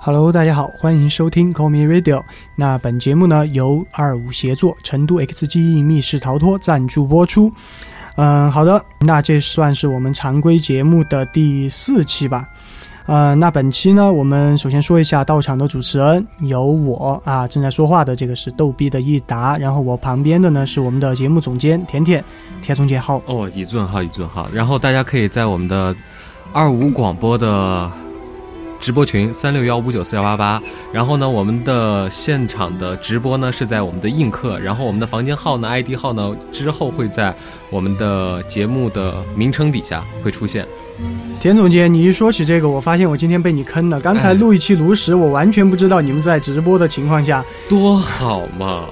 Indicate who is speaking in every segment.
Speaker 1: Hello，大家好，欢迎收听 Call Me Radio。那本节目呢由二五协作成都 X 基因密室逃脱赞助播出。嗯，好的，那这算是我们常规节目的第四期吧。呃，那本期呢，我们首先说一下到场的主持人，有我啊正在说话的这个是逗逼的益达，然后我旁边的呢是我们的节目总监甜甜，铁总监好。
Speaker 2: 哦，一尊号一尊号，然后大家可以在我们的二五广播的直播群三六幺五九四幺八八，然后呢，我们的现场的直播呢是在我们的映客，然后我们的房间号呢 ID 号呢之后会在我们的节目的名称底下会出现。
Speaker 1: 田总监，你一说起这个，我发现我今天被你坑了。刚才
Speaker 2: 哎
Speaker 1: 录一期炉石，我完全不知道你们在直播的情况下，
Speaker 2: 多好嘛！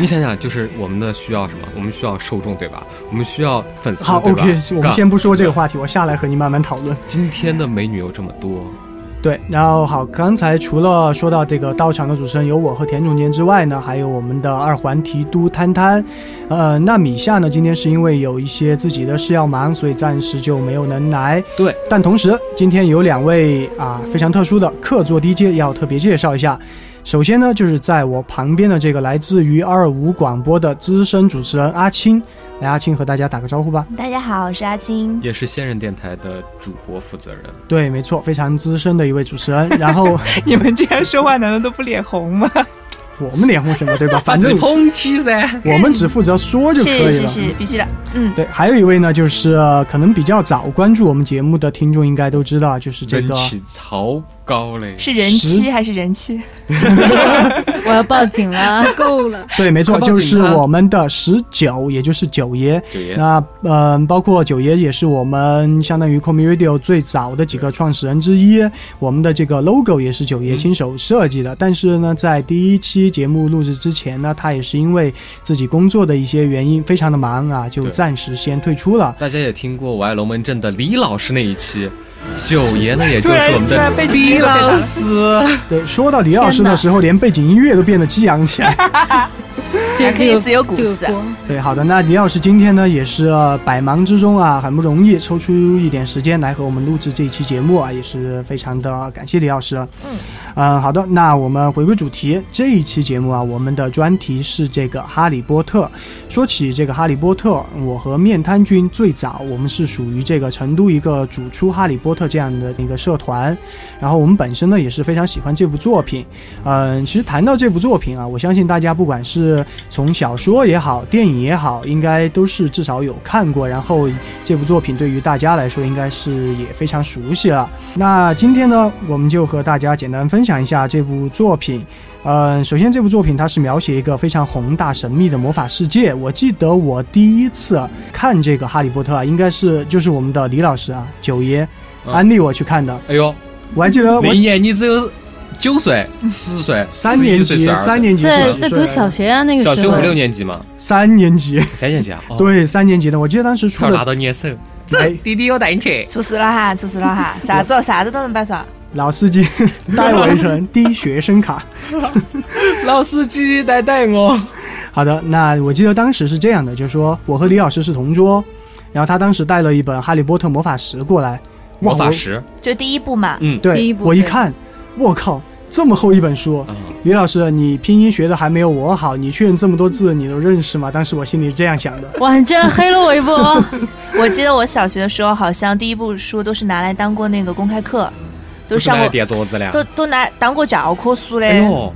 Speaker 2: 你想想，就是我们的需要什么？我们需要受众对吧？我们需要粉丝
Speaker 1: 好
Speaker 2: 对吧
Speaker 1: ，OK，我们
Speaker 2: 干
Speaker 1: 先不说这个话题，我下来和你慢慢讨论。
Speaker 2: 今天的美女有这么多，
Speaker 1: 对，然后好，刚才除了说到这个到场的主持人有我和田总监之外呢，还有我们的二环提督摊摊，呃，那米夏呢，今天是因为有一些自己的事要忙，所以暂时就没有能来。
Speaker 2: 对，
Speaker 1: 但同时今天有两位啊非常特殊的客座 DJ 要特别介绍一下。首先呢，就是在我旁边的这个来自于二五广播的资深主持人阿青，来，阿青和大家打个招呼吧。
Speaker 3: 大家好，我是阿青。
Speaker 2: 也是仙人电台的主播负责人。
Speaker 1: 对，没错，非常资深的一位主持人。 然后
Speaker 4: 你们这样说话难道都不脸红吗？
Speaker 1: 我们脸红什么，对 吧？反正
Speaker 2: 抨击噻。
Speaker 1: 我们只负责说就可
Speaker 4: 是
Speaker 1: 以了
Speaker 4: 是。是，必须的。嗯，
Speaker 1: 对，还有一位呢，就是、呃可能比较早关注我们节目的听众应该都知道，就是这
Speaker 2: 人
Speaker 1: 个
Speaker 2: 气超高嘞！
Speaker 4: 是人
Speaker 1: 十
Speaker 4: 妻还是人妻？
Speaker 3: 我要报警了，够了！
Speaker 1: 对，没错，
Speaker 2: 快报警
Speaker 1: 就是
Speaker 2: 吧
Speaker 1: 我们的十九，也就是九爷。
Speaker 2: 九爷，
Speaker 1: 那嗯、包括九爷也是我们相当于 c o m m Radio 最早的几个创始人之一，我们的这个 logo 也是九爷
Speaker 2: 嗯
Speaker 1: 亲手设计的。但是呢，在第一期节目录制之前呢，他也是因为自己工作的一些原因，非常的忙啊，就
Speaker 2: 对
Speaker 1: 暂时先退出了。
Speaker 2: 大家也听过我爱龙门阵的李老师那一期，九爷呢，也就是我们
Speaker 4: 突然
Speaker 2: 的
Speaker 4: 被逼了。
Speaker 2: 师。
Speaker 1: 对，说到李老师
Speaker 3: 天
Speaker 1: 的
Speaker 3: 哪
Speaker 1: 时候，连背景音乐都变得激昂起来。
Speaker 3: 这
Speaker 4: 可以死有骨
Speaker 3: 这个
Speaker 4: 死啊
Speaker 3: 锅
Speaker 1: 对，好的，那李老师今天呢也是、呃百忙之中啊，很不容易抽出一点时间来和我们录制这一期节目啊，也是非常的感谢李老师。嗯，呃，好的，那我们回归主题，这一期节目啊，我们的专题是这个《哈利波特》。说起这个《哈利波特》，我和面瘫君最早我们是属于这个成都一个主出《哈利波特》这样的一个社团，然后我们本身呢也是非常喜欢这部作品。嗯、其实谈到这部作品啊，我相信大家不管是从小说也好，电影也好，应该都是至少有看过。然后这部作品对于大家来说，应该是也非常熟悉了。那今天呢，我们就和大家简单分享一下这部作品。嗯，首先这部作品它是描写一个非常宏大神秘的魔法世界。我记得我第一次看这个《哈利波特》啊，应该是就是我们的李老师啊，九爷
Speaker 2: 嗯
Speaker 1: 安利我去看的。
Speaker 2: 哎呦，
Speaker 1: 我还记得
Speaker 2: 那
Speaker 1: 我
Speaker 2: 一年你只有九岁、十岁、
Speaker 1: 三
Speaker 2: 11
Speaker 1: 年
Speaker 2: 岁、
Speaker 1: 级，
Speaker 2: 12岁
Speaker 1: 三年级是
Speaker 3: 在
Speaker 1: 几
Speaker 3: 在
Speaker 1: 岁
Speaker 3: 读
Speaker 1: 来
Speaker 3: 小
Speaker 1: 着
Speaker 3: 学啊，那个时
Speaker 2: 小
Speaker 3: 候
Speaker 2: 学五六年级嘛，
Speaker 1: 三年级，
Speaker 2: 三年级啊。哦，
Speaker 1: 对，三年级的。我记得当时出
Speaker 2: 跳
Speaker 1: 的
Speaker 2: 拿到你的手，
Speaker 1: 哎
Speaker 4: 弟弟我带你去。出事了哈，出事了 哈，啥子哦啥子都能摆耍。
Speaker 1: 老司 机带我一程低学生卡。
Speaker 2: 老司机带带我。
Speaker 1: 好的，那我记得当时是这样的，就是说我和李老师是同桌，然后他当时带了一本《哈利波特魔法石》过来，哇
Speaker 2: 魔法
Speaker 1: 我
Speaker 2: 石，
Speaker 4: 就第一部嘛，
Speaker 2: 嗯，
Speaker 1: 对，
Speaker 3: 第一部
Speaker 1: 我一
Speaker 3: 对
Speaker 1: 看，我靠，这么厚一本书。
Speaker 2: 啊，
Speaker 1: 李老师，你拼音学的还没有我好，你确认这么多字你都认识吗？当时我心里是这样想的。
Speaker 3: 哇，你竟然黑了我一波！
Speaker 4: 我记得我小学的时候，好像第一部书都是拿来当过那个公开课，都
Speaker 2: 不是拿
Speaker 4: 上
Speaker 2: 来
Speaker 4: 过，
Speaker 2: 垫桌子了。
Speaker 4: 都都拿当过教科书
Speaker 2: 哎
Speaker 4: 嘞。
Speaker 2: 呦，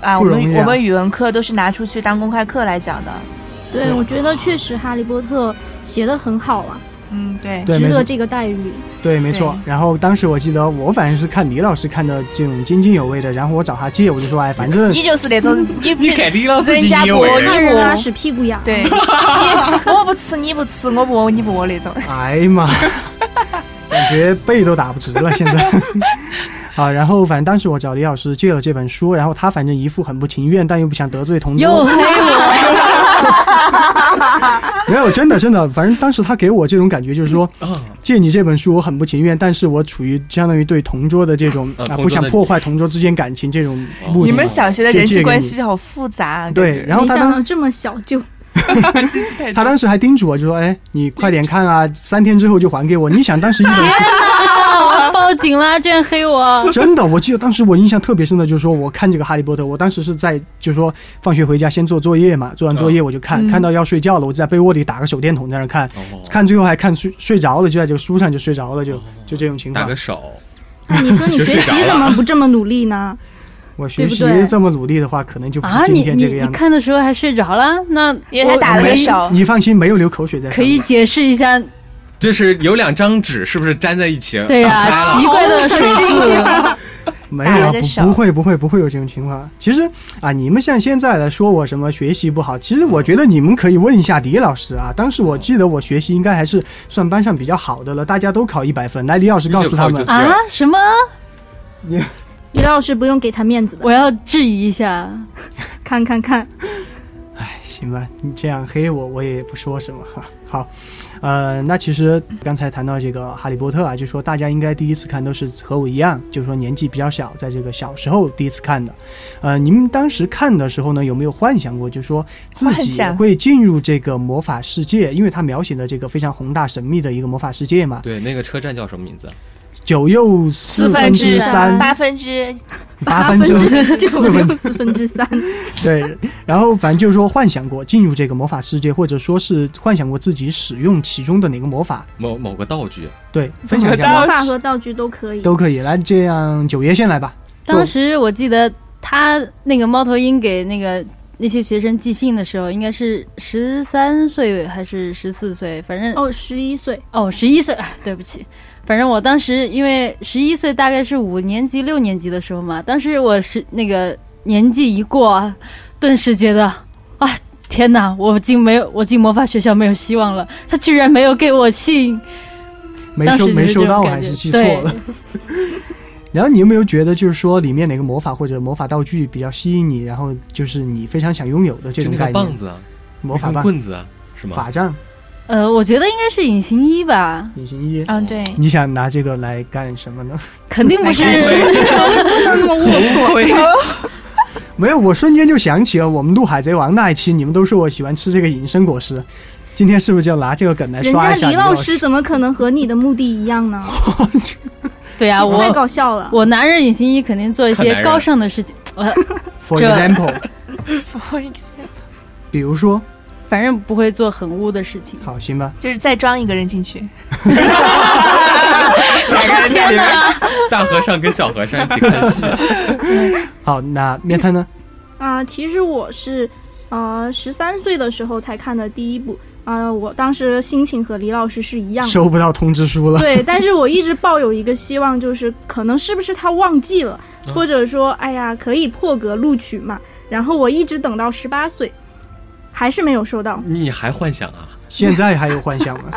Speaker 4: 啊，
Speaker 1: 不
Speaker 4: 我
Speaker 1: 容易啊
Speaker 4: 们我们语文课都是拿出去当公开课来讲的。
Speaker 5: 对，我觉得确实《哈利波特》写的很好啊，
Speaker 4: 嗯，对，
Speaker 1: 对，
Speaker 5: 值
Speaker 1: 没错
Speaker 5: 得，这个待遇。
Speaker 1: 对，没错。然后当时我记得我反正是看李老师看的这种津津有味的，然后我找他借，我就说，哎，反正
Speaker 4: 你就是那种你
Speaker 2: 你看李老师
Speaker 4: 人家
Speaker 2: 你有
Speaker 3: 哦
Speaker 4: 不
Speaker 2: 味
Speaker 4: 哎
Speaker 5: 看
Speaker 4: 呦
Speaker 5: 人拉屎屁股痒。啊
Speaker 4: 对，你我不吃，你不吃，我不饿，你不饿那种。
Speaker 1: 哎呀妈，感觉背都打不直了现在。 啊，然后反正当时我找李老师借了这本书，然后他反正一副很不情愿，但又不想得罪同
Speaker 3: 又
Speaker 1: 桌。
Speaker 3: 黑我，
Speaker 1: 没有，真的真的，反正当时他给我这种感觉就是 说，
Speaker 2: 啊，
Speaker 1: 借你这本书我很不情愿，但是我处于相当于对同桌的这种
Speaker 2: 啊
Speaker 1: 啊
Speaker 2: 同桌的
Speaker 1: 不想破坏同桌之间感情这种
Speaker 2: 哦
Speaker 1: 目的嘛。
Speaker 4: 你们小学的
Speaker 1: 就
Speaker 4: 人
Speaker 1: 借
Speaker 4: 际
Speaker 1: 给
Speaker 4: 关
Speaker 1: 你
Speaker 4: 系好复杂啊，感
Speaker 1: 对，
Speaker 4: 觉
Speaker 1: 然后
Speaker 5: 没
Speaker 1: 他
Speaker 5: 想
Speaker 1: 当
Speaker 5: 到这么小 就
Speaker 1: 他当时还叮 嘱我，就说：“哎，你快点看啊，三天之后就还给我。”你想当时一本书
Speaker 3: 啊我要报
Speaker 5: 警了，这样黑我。
Speaker 1: 真的，我记得当时我印象特别深的，就是说我看这个《哈利波特》，我当时是在就是说放学回家先做作业嘛，做完作业我就看，
Speaker 3: 嗯
Speaker 1: 看到要睡觉了，我就在被窝里打个手电筒在那看，
Speaker 2: 哦
Speaker 1: 看最后还看睡睡着了，就在这个书上就睡着了，就
Speaker 2: 哦
Speaker 1: 就这种情
Speaker 2: 打
Speaker 1: 况
Speaker 2: 个。手，
Speaker 5: 哎，你说你
Speaker 2: 就睡
Speaker 5: 学
Speaker 2: 着
Speaker 5: 习
Speaker 2: 了
Speaker 5: 怎么不这么努力呢？
Speaker 1: 我学习
Speaker 5: 对不对
Speaker 1: 这么努力的话，可能就不是
Speaker 3: 啊，
Speaker 1: 今
Speaker 3: 你
Speaker 1: 天
Speaker 3: 你
Speaker 1: 这个
Speaker 3: 你
Speaker 1: 样子。
Speaker 3: 看的时候还睡着了？那
Speaker 4: 因为他
Speaker 3: 我
Speaker 4: 打了
Speaker 3: 可
Speaker 4: 个
Speaker 3: 以
Speaker 4: 手，
Speaker 1: 你放心，没有流口水在上
Speaker 3: 可以
Speaker 1: 面。
Speaker 3: 解释 一下，
Speaker 2: 就是有两张纸是不是粘在一起？
Speaker 3: 对呀、
Speaker 2: 打开了
Speaker 3: 奇怪的水印。
Speaker 1: 没
Speaker 4: 打
Speaker 1: 有，啊
Speaker 4: 了个手
Speaker 1: 不不会不会不会有这种情况。其实啊，你们像现在来说我什么学习不好，其实
Speaker 2: 嗯
Speaker 1: 我觉得你们可以问一下李老师啊。当时我记得我学习应该还是算班上比较好的了，大家都考一百分。来，李老师告诉他
Speaker 2: 你就考
Speaker 1: 们
Speaker 2: 一，
Speaker 3: 啊？什么？
Speaker 5: 李老师不用给他面子的
Speaker 3: 我，要质疑一下。
Speaker 5: 看看看，
Speaker 1: 哎，行吧，你这样黑我，我也不说什么哈。 好，呃，那其实刚才谈到这个《哈利波特》啊，就说大家应该第一次看都是和我一样，就是说年纪比较小，在这个小时候第一次看的。呃，你们当时看的时候呢，有没有幻想过，就是说自
Speaker 4: 幻
Speaker 1: 己
Speaker 4: 想
Speaker 1: 会进入这个魔法世界？因为它描写的这个非常宏大神秘的一个魔法世界嘛，
Speaker 2: 对，那个车站叫什么名字？
Speaker 1: 九又四分之三，
Speaker 4: 八分之
Speaker 1: 八分之 四
Speaker 5: 九
Speaker 1: 分
Speaker 5: 六
Speaker 1: 之
Speaker 5: 四分之三，
Speaker 1: 对，然后反正就是说幻想过进入这个魔法世界，或者说是幻想过自己使用其中的哪个魔法。
Speaker 2: 某某个道具，
Speaker 1: 对，分享一下
Speaker 5: 魔
Speaker 1: 吧
Speaker 5: 法和道具都可以。
Speaker 1: 都可以。来，这样九爷先来吧。
Speaker 3: 当时我记得他那个猫头鹰给那个那些学生寄信的时候，应该是十三岁还是十四岁，反正
Speaker 5: 哦，十一岁，
Speaker 3: 哦十一岁，哎对不起。反正我当时因为十一岁大概是五年级六年级的时候嘛，当时我是那个年纪一过啊，顿时觉得啊天哪，我竟没有我进魔法学校没有希望了，他居然没有给我信，
Speaker 1: 没
Speaker 3: 当
Speaker 1: 收
Speaker 3: 时就
Speaker 1: 没
Speaker 3: 是
Speaker 1: 收
Speaker 3: 这种
Speaker 1: 到，我
Speaker 3: 感
Speaker 1: 还
Speaker 3: 觉
Speaker 1: 是记错了。 然后你有没有觉得，就是说里面哪个魔法或者魔法道具比较吸引你，然后就是你非常想拥有的这
Speaker 2: 就
Speaker 1: 种
Speaker 2: 那
Speaker 1: 概
Speaker 2: 个棒
Speaker 1: 念？
Speaker 2: 子啊，
Speaker 1: 魔法
Speaker 2: 那根
Speaker 1: 棒、
Speaker 2: 棍子啊，是吗？
Speaker 1: 法杖、
Speaker 3: 呃，我觉得应该是隐形衣吧，
Speaker 1: 隐形衣。
Speaker 4: 嗯对，
Speaker 1: 你想拿这个来干什么呢？
Speaker 3: 肯定不是。
Speaker 1: 没有，我瞬间就想起了我们录《海贼王》那一期，你们都说我喜欢吃这个隐身果实，今天是不是就要拿这个梗来
Speaker 5: 人
Speaker 1: 刷
Speaker 5: 家
Speaker 1: 一下
Speaker 5: 李
Speaker 1: 李老
Speaker 5: 老
Speaker 1: 师
Speaker 5: 师？怎么可能和你的目的一样呢？
Speaker 3: 对啊，
Speaker 5: 太
Speaker 3: 我
Speaker 5: 搞笑了。
Speaker 3: 我拿着隐形衣肯定做一
Speaker 2: 看男
Speaker 3: 些
Speaker 2: 人
Speaker 3: 高尚的事情，我
Speaker 1: For
Speaker 3: 这
Speaker 1: example，比如说，
Speaker 3: 反正不会做很污的事情。
Speaker 1: 好，行吧，
Speaker 4: 就是再装一个人进去，
Speaker 3: 天哪！
Speaker 2: 大和尚跟小和尚一起看 戏，
Speaker 1: 好，那面瘫呢？
Speaker 5: 啊、其实我是呃十三岁的时候才看的第一部啊、我当时心情和李老师是一样的。
Speaker 1: 收不到通知书了，
Speaker 5: 对，但是我一直抱有一个希望，就是可能是不是他忘记了，
Speaker 2: 嗯
Speaker 5: 或者说，哎呀，可以破格录取嘛。然后我一直等到十八岁，还是没有收到，
Speaker 2: 你还幻想啊？
Speaker 1: 现在还有幻想 吗？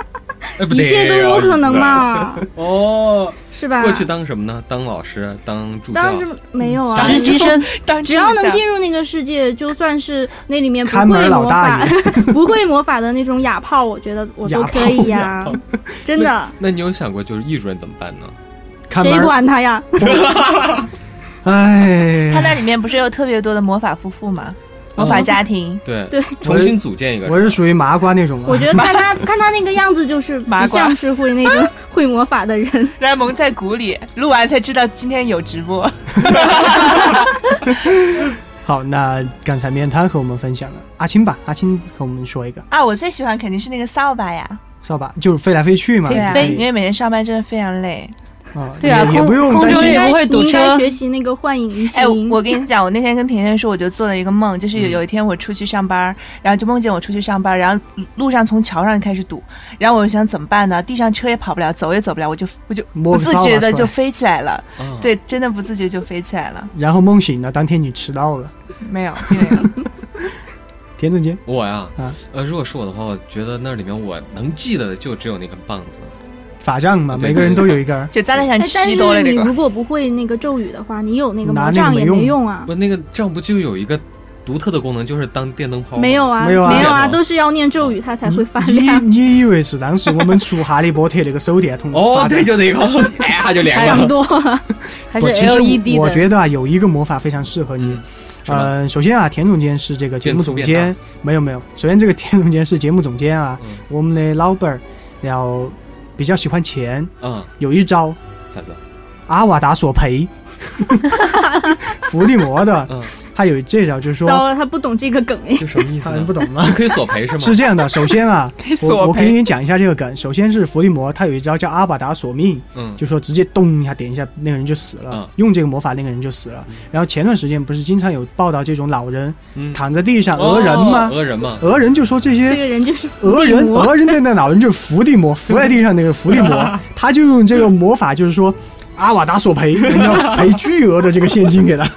Speaker 2: 哎不
Speaker 5: 一
Speaker 2: 对
Speaker 5: 切都有可能嘛，
Speaker 2: 哦，
Speaker 5: 是吧？
Speaker 2: 过去当什么呢？当老师，当助教
Speaker 5: 当，时没有
Speaker 2: 嗯
Speaker 5: 啊，
Speaker 3: 实习生，
Speaker 4: 当
Speaker 5: 只要能进入那个世界，就算是那里面不
Speaker 1: 看门
Speaker 5: 会
Speaker 1: 老
Speaker 5: 魔
Speaker 1: 大
Speaker 5: 法
Speaker 1: 爷、，
Speaker 5: 不会魔法的那种哑炮，我觉得我都可以呀、真的，
Speaker 2: 那你有想过就是艺术人怎么办呢？
Speaker 1: 看
Speaker 5: 谁
Speaker 1: 门，
Speaker 5: 管他呀？
Speaker 4: 他
Speaker 1: 哎，
Speaker 4: 那里面不是有特别多的魔法夫妇吗？魔法家庭，
Speaker 2: 啊对
Speaker 5: 对，
Speaker 2: 重新组建一个。
Speaker 1: 我是属于麻瓜那种
Speaker 5: 我
Speaker 1: 啊，
Speaker 5: 觉得看他看他那个样子，就是
Speaker 4: 麻
Speaker 5: 不
Speaker 4: 瓜
Speaker 5: 像是会那种 会魔法的人。
Speaker 4: 然后蒙在鼓里，录完才知道今天有直播。
Speaker 1: 好，那刚才面瘫和我们分享了，阿青吧，阿青和我们说一个
Speaker 4: 啊，我最喜欢肯定是那个扫把呀，
Speaker 1: 扫把，就是飞来飞去嘛，
Speaker 3: 对
Speaker 4: 啊，
Speaker 3: 飞
Speaker 4: 因为每天上班真的非常累。
Speaker 1: 啊，
Speaker 3: 对啊
Speaker 1: 也也
Speaker 3: 空
Speaker 1: 不用
Speaker 3: 空
Speaker 1: 担
Speaker 3: 中
Speaker 1: 心
Speaker 5: 你应
Speaker 3: 也
Speaker 5: 该
Speaker 3: 不会堵
Speaker 5: 你应该
Speaker 3: 车
Speaker 5: 学习那个幻影移形。
Speaker 4: 哎，我跟你讲，我那天跟甜甜说，我就做了一个梦，就是有
Speaker 2: 嗯
Speaker 4: 有一天我出去上班，然后就梦见我出去上班，然后路上从桥上开始堵，然后我就想怎么办呢？地上车也跑不了，走也走不了，我就我就
Speaker 1: 摸
Speaker 4: 不
Speaker 1: 个
Speaker 4: 自
Speaker 1: 扫把
Speaker 4: 觉的
Speaker 1: 出
Speaker 4: 就
Speaker 1: 来
Speaker 4: 飞起来了。
Speaker 2: 啊，
Speaker 4: 对，真的不自觉就飞起来了。
Speaker 1: 然后梦醒了，当天你迟到了，
Speaker 4: 没有，没有。
Speaker 1: 田总监，
Speaker 2: 我呀
Speaker 1: 啊，
Speaker 2: 呃，如果是我的话，我觉得那里面我能记得的就只有那根棒子。
Speaker 1: 法杖嘛，
Speaker 2: 对
Speaker 1: 每个人都有一根儿，
Speaker 4: 就咱俩想
Speaker 5: 哎但
Speaker 4: 吃多了
Speaker 5: 是
Speaker 4: 这
Speaker 5: 你
Speaker 4: 个。
Speaker 5: 如果不会那个咒语的话，你有那个
Speaker 1: 拿那
Speaker 5: 魔
Speaker 1: 个
Speaker 5: 杖也
Speaker 1: 没用
Speaker 5: 没用啊。
Speaker 2: 不，那个杖不就有一个独特的功能，就是当电灯泡吗？
Speaker 5: 没有啊，
Speaker 1: 没
Speaker 5: 没
Speaker 1: 有啊嗯
Speaker 5: 啊，都是要念咒语它 才会发
Speaker 1: 你
Speaker 5: 亮。
Speaker 1: 你以为是当时我们出《哈利波特》那个手电筒？
Speaker 2: 哦，
Speaker 1: 发
Speaker 2: 对，
Speaker 1: 的
Speaker 2: 就那个， 哎呀，就连上
Speaker 5: 想
Speaker 2: 了。
Speaker 5: 多了，
Speaker 3: 还是
Speaker 1: 不，其
Speaker 3: LED
Speaker 1: 实我
Speaker 3: 的？
Speaker 1: 觉得啊，有一个魔法非常适合你，
Speaker 2: 嗯，是吧
Speaker 1: 呃，首先啊，田总监是这个节目总
Speaker 2: 变
Speaker 1: 监，没有没有。首先，这个田总监是节目总监啊，
Speaker 2: 嗯
Speaker 1: 我们的老板儿，然后比较喜欢钱，
Speaker 2: 嗯，
Speaker 1: 有一招
Speaker 2: 啥子？
Speaker 1: 阿瓦达索 赔，伏地魔的
Speaker 2: 嗯，
Speaker 1: 他有这招，就是说
Speaker 5: 糟了，他不懂这个梗哎。
Speaker 2: 这什么意思
Speaker 1: 他们
Speaker 2: 呢
Speaker 1: 不？懂吗？啊
Speaker 2: 就可以索赔 是吗？
Speaker 1: 是这样的，首先啊
Speaker 4: 可以，索
Speaker 1: 我我
Speaker 4: 赔
Speaker 1: 给你讲一下这个梗。首先是伏地魔，他有一招叫阿瓦达索命，
Speaker 2: 嗯
Speaker 1: 就说直接咚一下点一下，那个人就死了，
Speaker 2: 嗯
Speaker 1: 用这个魔法那个人就死了。然后前段时间不是经常有报道这种老人
Speaker 2: 嗯
Speaker 1: 躺在地上讹人吗
Speaker 2: 哦？讹人嘛，
Speaker 1: 讹人就说这
Speaker 5: 这
Speaker 1: 些
Speaker 5: 个人就是伏
Speaker 1: 讹
Speaker 5: 地
Speaker 1: 人
Speaker 5: 魔
Speaker 1: 讹人的那老人就是伏地 魔，伏在地上那个伏地魔，他就用这个魔法就是说。阿瓦达索 赔，人家赔巨额的这个现金给他，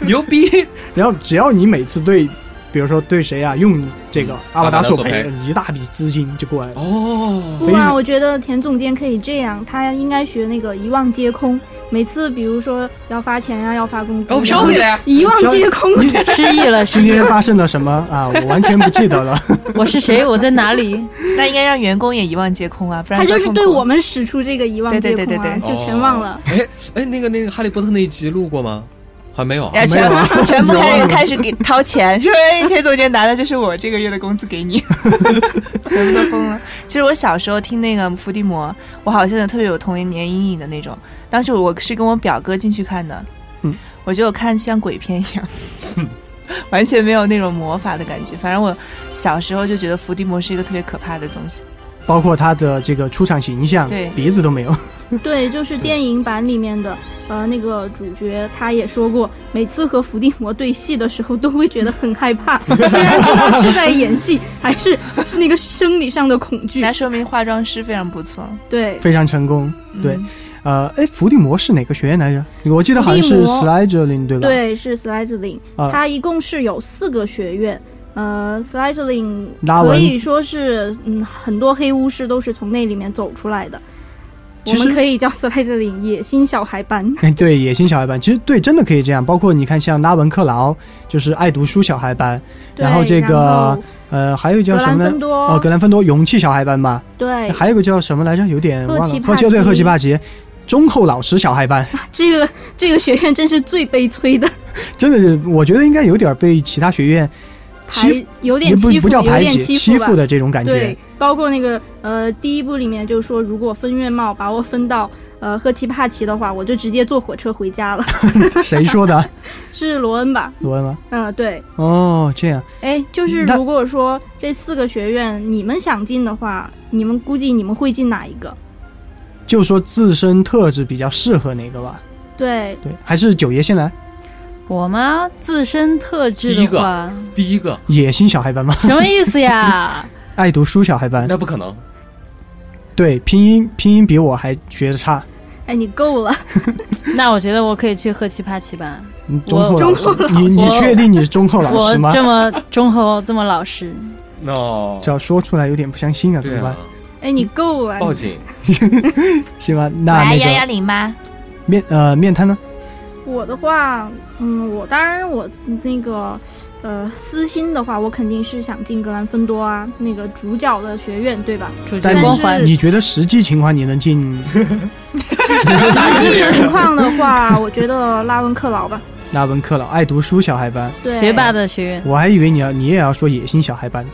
Speaker 2: 牛逼！
Speaker 1: 然后只要你每次对，比如说对谁啊用这个阿瓦达索
Speaker 2: 阿瓦达
Speaker 1: 赔
Speaker 2: 索，
Speaker 1: 一大笔资金就过来了。
Speaker 2: 哦，
Speaker 5: 不
Speaker 1: 非
Speaker 5: 啊，
Speaker 1: 常
Speaker 5: 我觉得田总监可以这样，他应该学那个一望皆空。每次比如说要发钱啊，要发工资，
Speaker 2: 哦，
Speaker 5: 然
Speaker 2: 飘
Speaker 5: 后
Speaker 2: 起来，
Speaker 5: 一望皆空。
Speaker 3: 失忆了，失
Speaker 1: 今
Speaker 3: 忆
Speaker 1: 天
Speaker 3: 了，
Speaker 1: 发生了什么 啊？我完全不记得了。
Speaker 3: 我是谁？我在哪里？
Speaker 4: 那应该让员工也一望皆空啊，不然
Speaker 5: 他就
Speaker 4: 多
Speaker 5: 是
Speaker 4: 痛
Speaker 5: 对
Speaker 4: 苦
Speaker 5: 我们使出这个一望皆空
Speaker 4: 对
Speaker 5: 啊，
Speaker 4: 对对对
Speaker 2: 对
Speaker 5: 就全忘了。
Speaker 2: 哎哎，那个那个《哈利波特》那一集录过吗？好像没有啊。
Speaker 5: 哎
Speaker 4: 然后
Speaker 1: 没有
Speaker 4: 全
Speaker 1: 啊
Speaker 4: 部全部
Speaker 1: 有啊
Speaker 4: 开始开始给掏钱，说哎，田总监拿的就是我这个月的工资给你， 全部都疯了。其实我小时候听那个伏地魔，我好像特别有童年阴影的那种。当时我是跟我表哥进去看的，
Speaker 1: 嗯，
Speaker 4: 我觉得我看像鬼片一样，完全没有那种魔法的感觉。反正我小时候就觉得伏地魔是一个特别可怕的东西。
Speaker 1: 包括他的这个出场形象
Speaker 4: 对，
Speaker 1: 鼻子都没有。
Speaker 5: 对，就是电影版里面的呃那个主角，他也说过，每次和伏地魔对戏的时候都会觉得很害怕，虽然知道是在演戏，还是是那个生理上的恐惧
Speaker 4: 那。说明化妆师非常不错。
Speaker 5: 对，
Speaker 1: 非常成功。
Speaker 4: 嗯
Speaker 1: 对，呃，哎，伏地魔是哪个学院来着？我记得好像
Speaker 5: 伏地
Speaker 1: 是
Speaker 5: 魔
Speaker 1: Slytherin 对吧？，
Speaker 5: 对，是 Slytherin，、
Speaker 1: 啊
Speaker 5: 它一共是有四个学院。呃，Slytherin
Speaker 1: 拉文
Speaker 5: 可以说是，嗯，很多黑巫师都是从那里面走出来的。我
Speaker 1: 其实
Speaker 5: 们可以叫 Slytherin 野心小孩班。
Speaker 1: 对，野心小孩班，其实对，真的可以这样。包括你看，像拉文克劳就是爱读书小孩班， 然后这
Speaker 5: 对然
Speaker 1: 个
Speaker 5: 后
Speaker 1: 呃，还有
Speaker 5: 格
Speaker 1: 叫什
Speaker 5: 兰
Speaker 1: 么
Speaker 5: 芬
Speaker 1: 呢？
Speaker 5: 多，
Speaker 1: 哦，格兰芬多勇气小孩班吧，
Speaker 5: 对，
Speaker 1: 还有个叫什么来着？有点忘
Speaker 5: 赫
Speaker 1: 了。
Speaker 5: 奇
Speaker 1: 赫
Speaker 5: 帕
Speaker 1: 奇哦对，
Speaker 5: 奇
Speaker 1: 赫奇帕奇，忠厚老实小孩班，
Speaker 5: 这个这个学院真是最悲催的，
Speaker 1: 真的是，我觉得应该有点被其他学院
Speaker 5: 还
Speaker 1: 欺，
Speaker 5: 有
Speaker 1: 也
Speaker 5: 点
Speaker 1: 不
Speaker 5: 欺
Speaker 1: 不
Speaker 5: 负，
Speaker 1: 叫
Speaker 5: 有
Speaker 1: 排
Speaker 5: 点
Speaker 1: 挤，欺
Speaker 5: 欺吧
Speaker 1: 负。的这种感觉。
Speaker 5: 对，包括那个呃，第一部里面就说，如果分院帽把我分到呃赫奇帕奇的话，我就直接坐火车回家了。
Speaker 1: 谁说的？
Speaker 5: 是罗恩吧？
Speaker 1: 罗恩吗？
Speaker 5: 嗯，对。
Speaker 1: 哦，这样，
Speaker 5: 哎，就是
Speaker 1: 那
Speaker 5: 如果说这四个学院你们想进的话，你们估计你们会进哪一个？
Speaker 1: 就说自身特质比较适合哪个吧。
Speaker 5: 对，
Speaker 1: 对，还是九爷先来，
Speaker 3: 我吗？自身特质
Speaker 2: 第一
Speaker 3: 的
Speaker 2: 个
Speaker 3: 话，
Speaker 2: 第一个，
Speaker 1: 野心小孩班吗？
Speaker 3: 什么意思呀？
Speaker 1: 爱读书小孩班，
Speaker 2: 那不可能，
Speaker 1: 对，拼音拼音比我还学的差。
Speaker 5: 哎，你够了，
Speaker 3: 那我觉得我可以去赫奇帕奇吧。
Speaker 1: 嗯忠厚
Speaker 3: 我
Speaker 1: 老
Speaker 5: 忠厚
Speaker 1: 师，你你
Speaker 3: 我
Speaker 1: 确定你是忠厚老
Speaker 3: 我
Speaker 1: 师吗？
Speaker 3: 这么忠厚，这么老实，
Speaker 2: no，
Speaker 1: 只要说出来有点不相信啊，怎
Speaker 2: 对
Speaker 1: 么办
Speaker 2: 啊？，
Speaker 5: 哎，你够了，
Speaker 2: 报 警，
Speaker 1: 行吧，那那个
Speaker 4: 零吗？
Speaker 1: 面呃面瘫呢？
Speaker 5: 我的话，嗯，我当然我那个，呃，私心的话，我肯定是想进格兰芬多啊，那个主角的学院，对吧？
Speaker 3: 主角
Speaker 1: 但
Speaker 3: 光环。
Speaker 1: 你觉得实际情况你能进
Speaker 5: 实际情况的话，我觉得拉文克劳吧，
Speaker 1: 拉文克劳爱读书小孩班？
Speaker 5: 对，
Speaker 3: 学霸的学院，
Speaker 1: 我还以为你要你也要说野心小孩
Speaker 5: 嗯
Speaker 1: 班。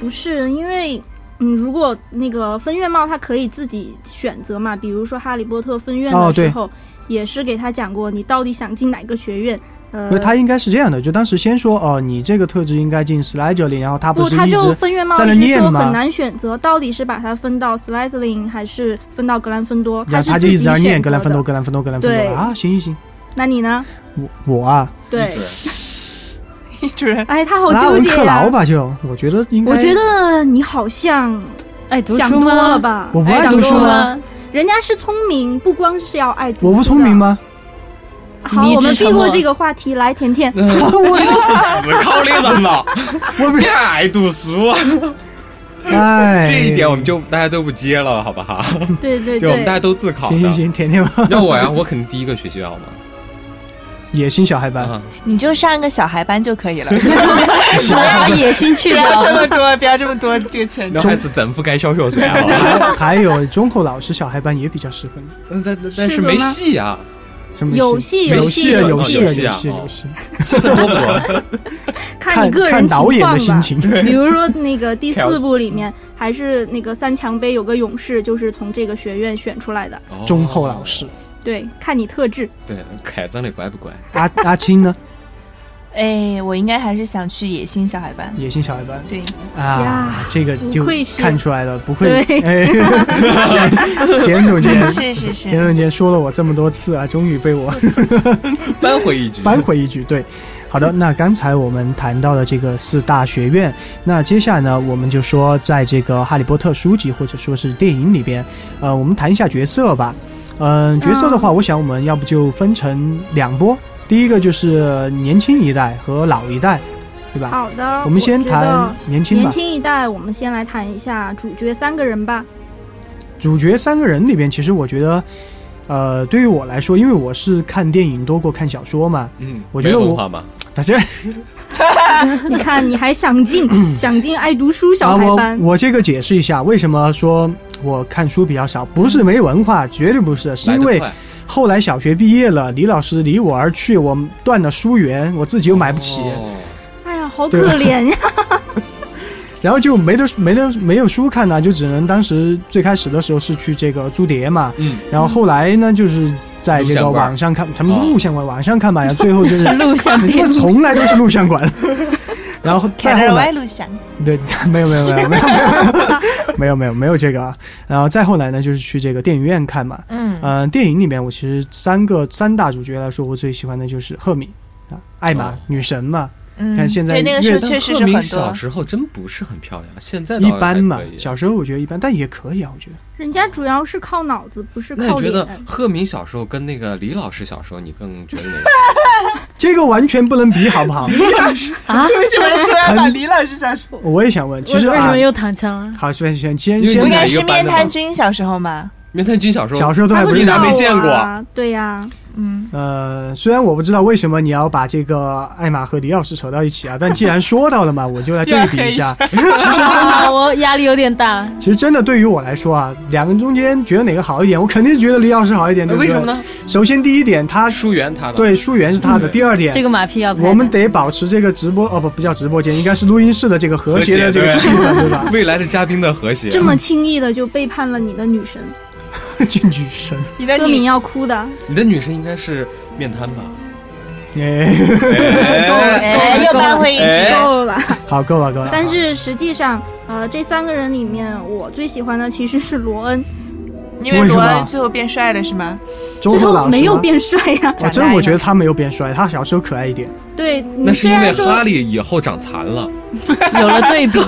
Speaker 5: 不是因为。嗯，如果那个分院帽，他可以自己选择嘛，比如说《哈利波特》分院
Speaker 1: 哦
Speaker 5: 的
Speaker 1: 对
Speaker 5: 时候，也是给他讲过你到底想进哪个学院。呃
Speaker 1: 不是，，他应该是这样的，就当时先说哦、你这个特质应该进 Slytherin，然后他
Speaker 5: 不，
Speaker 1: 是
Speaker 5: 他
Speaker 1: 一
Speaker 5: 就
Speaker 1: 直
Speaker 5: 分院帽
Speaker 1: 在那
Speaker 5: 一直
Speaker 1: 念
Speaker 5: 说
Speaker 1: 嘛
Speaker 5: 很难选择，到底是把它分到 Slytherin 还是分到格兰芬多？
Speaker 1: 然后
Speaker 5: 是
Speaker 1: 啊他就
Speaker 5: 自
Speaker 1: 一
Speaker 5: 己
Speaker 1: 直在那念
Speaker 5: 选
Speaker 1: 格
Speaker 5: 择
Speaker 1: 兰
Speaker 5: 的。
Speaker 1: 芬多，格兰芬多，格兰芬
Speaker 5: 对
Speaker 1: 多啊！行行行，
Speaker 5: 那你呢？
Speaker 1: 我我啊，
Speaker 5: 对
Speaker 2: 闭，嘴
Speaker 4: 主任，
Speaker 5: 哎，他好
Speaker 1: 拉
Speaker 5: 纠
Speaker 1: 文
Speaker 5: 结
Speaker 1: 克
Speaker 5: 呀、
Speaker 1: 劳吧，就我觉得应该，
Speaker 5: 我觉得你好像
Speaker 3: 爱哎读
Speaker 5: 想
Speaker 3: 书
Speaker 5: 多
Speaker 3: 吗？
Speaker 5: 了吧？
Speaker 1: 我不爱
Speaker 3: 想
Speaker 1: 读
Speaker 3: 多
Speaker 1: 书啊
Speaker 3: 了
Speaker 1: 吗？
Speaker 3: 吗？
Speaker 5: 人家是聪明，不光是要爱读书。
Speaker 1: 我不聪明？吗？
Speaker 5: 好，
Speaker 3: 迷之
Speaker 5: 我们避
Speaker 3: 沉默
Speaker 5: 过这个话题，来，甜甜，
Speaker 1: 我
Speaker 2: 就是只靠那什么，
Speaker 1: 我不
Speaker 2: 别爱读书，
Speaker 1: 哎，
Speaker 2: 啊这一点我们就大家都不接了，好不好？
Speaker 5: 对对
Speaker 2: 就我们大
Speaker 5: 对，
Speaker 2: 家都自考
Speaker 1: 行行
Speaker 2: 的。
Speaker 1: 行，甜甜吧，
Speaker 2: 要我呀，我肯定第一个学习要 嘛。
Speaker 1: 野心小孩班，
Speaker 2: 啊，
Speaker 4: 你就上一个小孩班就可以了。
Speaker 1: 小
Speaker 3: 能把
Speaker 1: 孩班
Speaker 3: 野心去
Speaker 4: 不
Speaker 3: 掉。
Speaker 4: 要这么 多，不要这么多这个钱。
Speaker 2: 那还是政府该销售谁啊？
Speaker 1: 还还有忠厚老实小孩班也比较适合你，
Speaker 2: 嗯但但但是没戏啊，
Speaker 1: 什么
Speaker 5: 有戏
Speaker 1: 有
Speaker 5: 戏
Speaker 1: 啊
Speaker 2: 有
Speaker 1: 有啊
Speaker 2: 戏有
Speaker 1: 有
Speaker 2: 戏啊
Speaker 1: 戏
Speaker 2: 哦
Speaker 1: 有戏，
Speaker 2: 戏份多不多？
Speaker 5: 你
Speaker 1: 看
Speaker 5: 个
Speaker 1: 看
Speaker 5: 人
Speaker 1: 导
Speaker 5: 情
Speaker 1: 演
Speaker 5: 况
Speaker 1: 的心
Speaker 5: 吧。
Speaker 1: 情，
Speaker 5: 比如说那个第
Speaker 2: 调
Speaker 5: 四部里面，还是那个三强杯有个勇士，就是从这个学院选出来的。
Speaker 2: 哦
Speaker 1: 忠厚老实，
Speaker 5: 对，看你特质。
Speaker 2: 对，凯子里乖不乖？
Speaker 1: 阿阿青呢？
Speaker 4: 哎，我应该还是想去野心小海湾。
Speaker 1: 野性小孩班
Speaker 4: 对，
Speaker 1: 啊
Speaker 5: 呀，
Speaker 1: 这个就
Speaker 5: 不愧是
Speaker 1: 看出来了，不愧
Speaker 5: 对
Speaker 1: 哎， 田总监，
Speaker 4: 是是
Speaker 1: 田
Speaker 4: 是，
Speaker 1: 总监说了我这么多次啊，终于被我
Speaker 2: 扳回一局，
Speaker 1: 扳回一局。对，嗯好的，那刚才我们谈到了这个四大学院，那接下来呢，我们就说在这个《哈利波特》书籍或者说是电影里边，呃，我们谈一下角色吧。嗯、角色的话，我想我们要不就分成两波，第一个就是年轻一代和老一代，对吧？
Speaker 5: 好的，
Speaker 1: 啊我们先
Speaker 5: 觉得
Speaker 1: 谈年轻
Speaker 5: 年
Speaker 1: 吧。
Speaker 5: 轻一代，我们先来谈一下主角三个人吧。
Speaker 1: 主角三个人里边，其实我觉得，呃，对于我来说，因为我是看电影多过看小说嘛，
Speaker 2: 嗯，
Speaker 1: 我觉得
Speaker 2: 没
Speaker 1: 我
Speaker 2: 文化嘛，
Speaker 1: 但是
Speaker 5: 你看，你还想 进想进爱读书小孩
Speaker 1: 啊，
Speaker 5: 班，
Speaker 1: 我我这个解释一下，为什么说我看书比较少，不是没文化，绝对不是，是
Speaker 2: 来
Speaker 1: 因
Speaker 2: 得
Speaker 1: 为
Speaker 2: 快，
Speaker 1: 后来小学毕业了，李老师离我而去，我断了书缘，我自己又买不起，
Speaker 2: 哦
Speaker 5: 哎呀，好可怜呀！
Speaker 1: 然后就没得没得没有书看呢、就只能当时最开始的时候是去这个租碟嘛，
Speaker 2: 嗯，
Speaker 1: 然后后来呢就是在这
Speaker 2: 录
Speaker 1: 个
Speaker 2: 像馆
Speaker 1: 网上看，他们
Speaker 2: 哦
Speaker 1: 录像馆、网上看嘛，然后最后 就是
Speaker 3: 录像
Speaker 1: 他
Speaker 3: 店
Speaker 1: 们从来都是录像馆。 然后再
Speaker 4: 凯
Speaker 1: 后
Speaker 4: 尔
Speaker 1: 来
Speaker 4: 歪，路翔，
Speaker 1: 对， 没有没有没有没有没有没有没有没有这个啊。然后再后来呢，就是去这个电影院看嘛。
Speaker 4: 嗯，
Speaker 1: 嗯、电影里面我其实三个三大主角来说，我最喜欢的就是赫敏啊，艾玛、
Speaker 2: 哦
Speaker 1: 女神嘛，
Speaker 4: 嗯
Speaker 1: 看现在
Speaker 4: 对那个
Speaker 1: 越
Speaker 4: 时候
Speaker 2: 但
Speaker 4: 确实
Speaker 2: 赫
Speaker 4: 是很
Speaker 2: 敏
Speaker 4: 多。
Speaker 2: 小时候真不是很漂亮，现在倒
Speaker 1: 一
Speaker 2: 是还
Speaker 1: 般嘛
Speaker 2: 可。以
Speaker 1: 小时候我觉得一般，但也可以啊，我觉得。
Speaker 5: 人家主要是靠脑子，不是
Speaker 2: 那
Speaker 5: 靠
Speaker 2: 你觉得
Speaker 5: 脸。
Speaker 2: 赫敏小时候跟那个李老师小时候，你更觉得哪个？
Speaker 1: 这个完全不能比，好不 好？
Speaker 3: 啊？
Speaker 4: 为什么 突然把李老师想说？
Speaker 1: 我也想问，其
Speaker 3: 为
Speaker 1: 实
Speaker 3: 为什
Speaker 1: 啊
Speaker 3: 么，又躺枪了？
Speaker 1: 好，先先先
Speaker 2: 因为
Speaker 1: 先
Speaker 4: 不
Speaker 1: 把
Speaker 2: 你俩
Speaker 4: 应该
Speaker 2: 一
Speaker 4: 是
Speaker 2: 个班
Speaker 4: 面
Speaker 2: 的
Speaker 4: 瘫
Speaker 2: 吗
Speaker 4: 君小时候吗？
Speaker 2: 面探君小时候，
Speaker 1: 小时候都还不
Speaker 5: 知
Speaker 1: 是
Speaker 2: 你
Speaker 5: 道
Speaker 2: 俩没见
Speaker 5: 啊，对呀，
Speaker 4: 嗯，
Speaker 1: 呃，虽然我不知道为什么你要把这个艾玛和李老师扯到一起啊，但既然说到了嘛，我就来对比一下。
Speaker 3: 啊，我压力有点大。
Speaker 1: 其实真的对于我来说啊，两个中间觉得哪个好一点，我肯定觉得李老师好一点，对不
Speaker 2: 呃为
Speaker 1: 对？
Speaker 2: 什么？呢？
Speaker 1: 首先第一点，他
Speaker 2: 疏远他的，
Speaker 1: 对疏远是他的；
Speaker 2: 对
Speaker 1: 第二点，
Speaker 3: 这个马屁要拍的。
Speaker 1: 我们得保持这个直播哦不不叫直播间，应该是录音室的这个和谐的这个
Speaker 2: 和
Speaker 1: 气
Speaker 2: 谐
Speaker 1: 氛，对吧？
Speaker 2: 未来的嘉宾的和
Speaker 1: 啊
Speaker 2: 谐。啊
Speaker 5: 这么轻易的就背叛了你的女神，
Speaker 1: 这女神，
Speaker 4: 哎你的
Speaker 5: 歌名
Speaker 4: 女
Speaker 5: 要哭的。
Speaker 2: 你的女神应该是面瘫吧？
Speaker 1: 哎，
Speaker 2: 哎
Speaker 4: 哎，又扳回一局。
Speaker 2: 哎
Speaker 5: 够了，
Speaker 1: 好，够了够了。
Speaker 5: 但是实际上，呃，这三个人里面，我最喜欢的其实是罗恩，
Speaker 4: 因为
Speaker 1: 为什
Speaker 4: 罗
Speaker 1: 么
Speaker 4: 恩最后变帅了是吗？
Speaker 1: 周厚
Speaker 5: 后
Speaker 1: 老师
Speaker 5: 没有
Speaker 1: 吗，
Speaker 5: 变帅呀、
Speaker 1: 哦，真的我觉得他没有变帅，他小时候可爱一点，
Speaker 5: 对，
Speaker 2: 那
Speaker 5: 你
Speaker 2: 是
Speaker 5: 虽
Speaker 2: 因为
Speaker 5: 然说
Speaker 2: 哈利以后长残了，
Speaker 3: 有了对 比，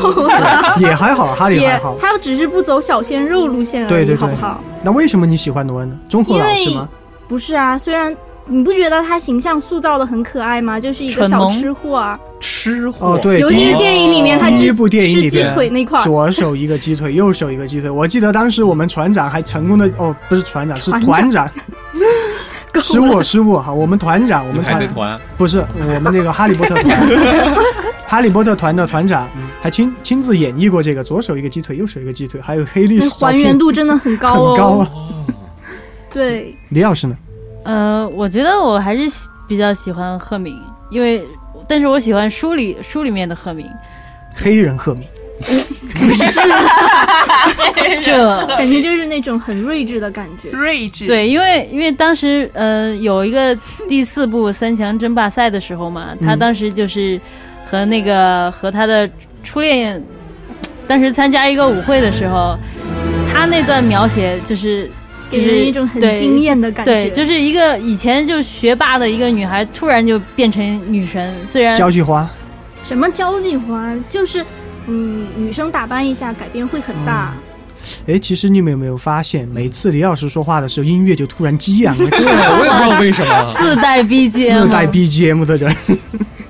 Speaker 1: 也还好，哈利
Speaker 5: 也
Speaker 1: 还好，。
Speaker 5: 他只是不走小鲜肉路线而已，
Speaker 1: 对对对
Speaker 5: 好不好？
Speaker 1: 那为什么你喜欢罗恩呢？中厚老师吗？
Speaker 5: 不是啊，虽然你不觉得他形象塑造的很可爱吗？就是一个
Speaker 3: 蠢
Speaker 5: 小
Speaker 3: 萌
Speaker 5: 吃货啊，
Speaker 2: 吃货。
Speaker 1: 哦，对，
Speaker 5: 尤
Speaker 1: 第
Speaker 5: 其
Speaker 1: 一
Speaker 5: 是电影里面他
Speaker 1: 第一
Speaker 5: 只
Speaker 1: 部电影里
Speaker 5: 吃鸡
Speaker 1: 边，
Speaker 5: 腿那块儿，
Speaker 1: 左手一个鸡腿，右手一个鸡腿。我记得当时我们船长还成功的哦，不是船长，是团
Speaker 5: 团
Speaker 1: 长。
Speaker 5: 够
Speaker 1: 失
Speaker 5: 了
Speaker 1: 误失误哈，我们团长，我
Speaker 2: 你
Speaker 1: 们
Speaker 2: 们海贼
Speaker 1: 团
Speaker 2: 团啊
Speaker 1: 不是我们那个哈利波特团，哈利波特团的团长还亲亲自演绎过这个左手一个鸡腿，右手一个鸡腿，还有黑历
Speaker 5: 那
Speaker 1: 史照
Speaker 5: 还
Speaker 1: 片
Speaker 5: 原度真的很高哦。
Speaker 1: 很高啊。
Speaker 2: 哦，
Speaker 5: 对，
Speaker 1: 李老师呢？
Speaker 3: 呃，我觉得我还是喜比较喜欢赫敏，因为但是我喜欢书里书里面的赫敏，
Speaker 1: 黑人赫敏，
Speaker 3: 这
Speaker 5: 感觉就是那种很睿智的感觉。
Speaker 4: 睿智，，
Speaker 3: 对，因为因为当时呃有一个第四部三强争霸赛的时候嘛，他
Speaker 1: 嗯
Speaker 3: 当时就是和那个和他的初恋，当时参加一个舞会的时候，他那段描写就是就
Speaker 5: 给人一
Speaker 3: 是
Speaker 5: 种很
Speaker 3: 对
Speaker 5: 惊艳的感觉。
Speaker 3: 对，就是一个以前就学霸的一个女孩，突然就变成女神，虽然
Speaker 1: 交际花，
Speaker 5: 什么交际花，就是嗯，女生打扮一下改变会很大。
Speaker 1: 哎，其实你们有没有发现，每次李老师说话的时候，音乐就突然激昂了，
Speaker 2: 对，啊我也不知道为什 么。
Speaker 3: 自带 BGM，
Speaker 1: 自带 BGM 的人。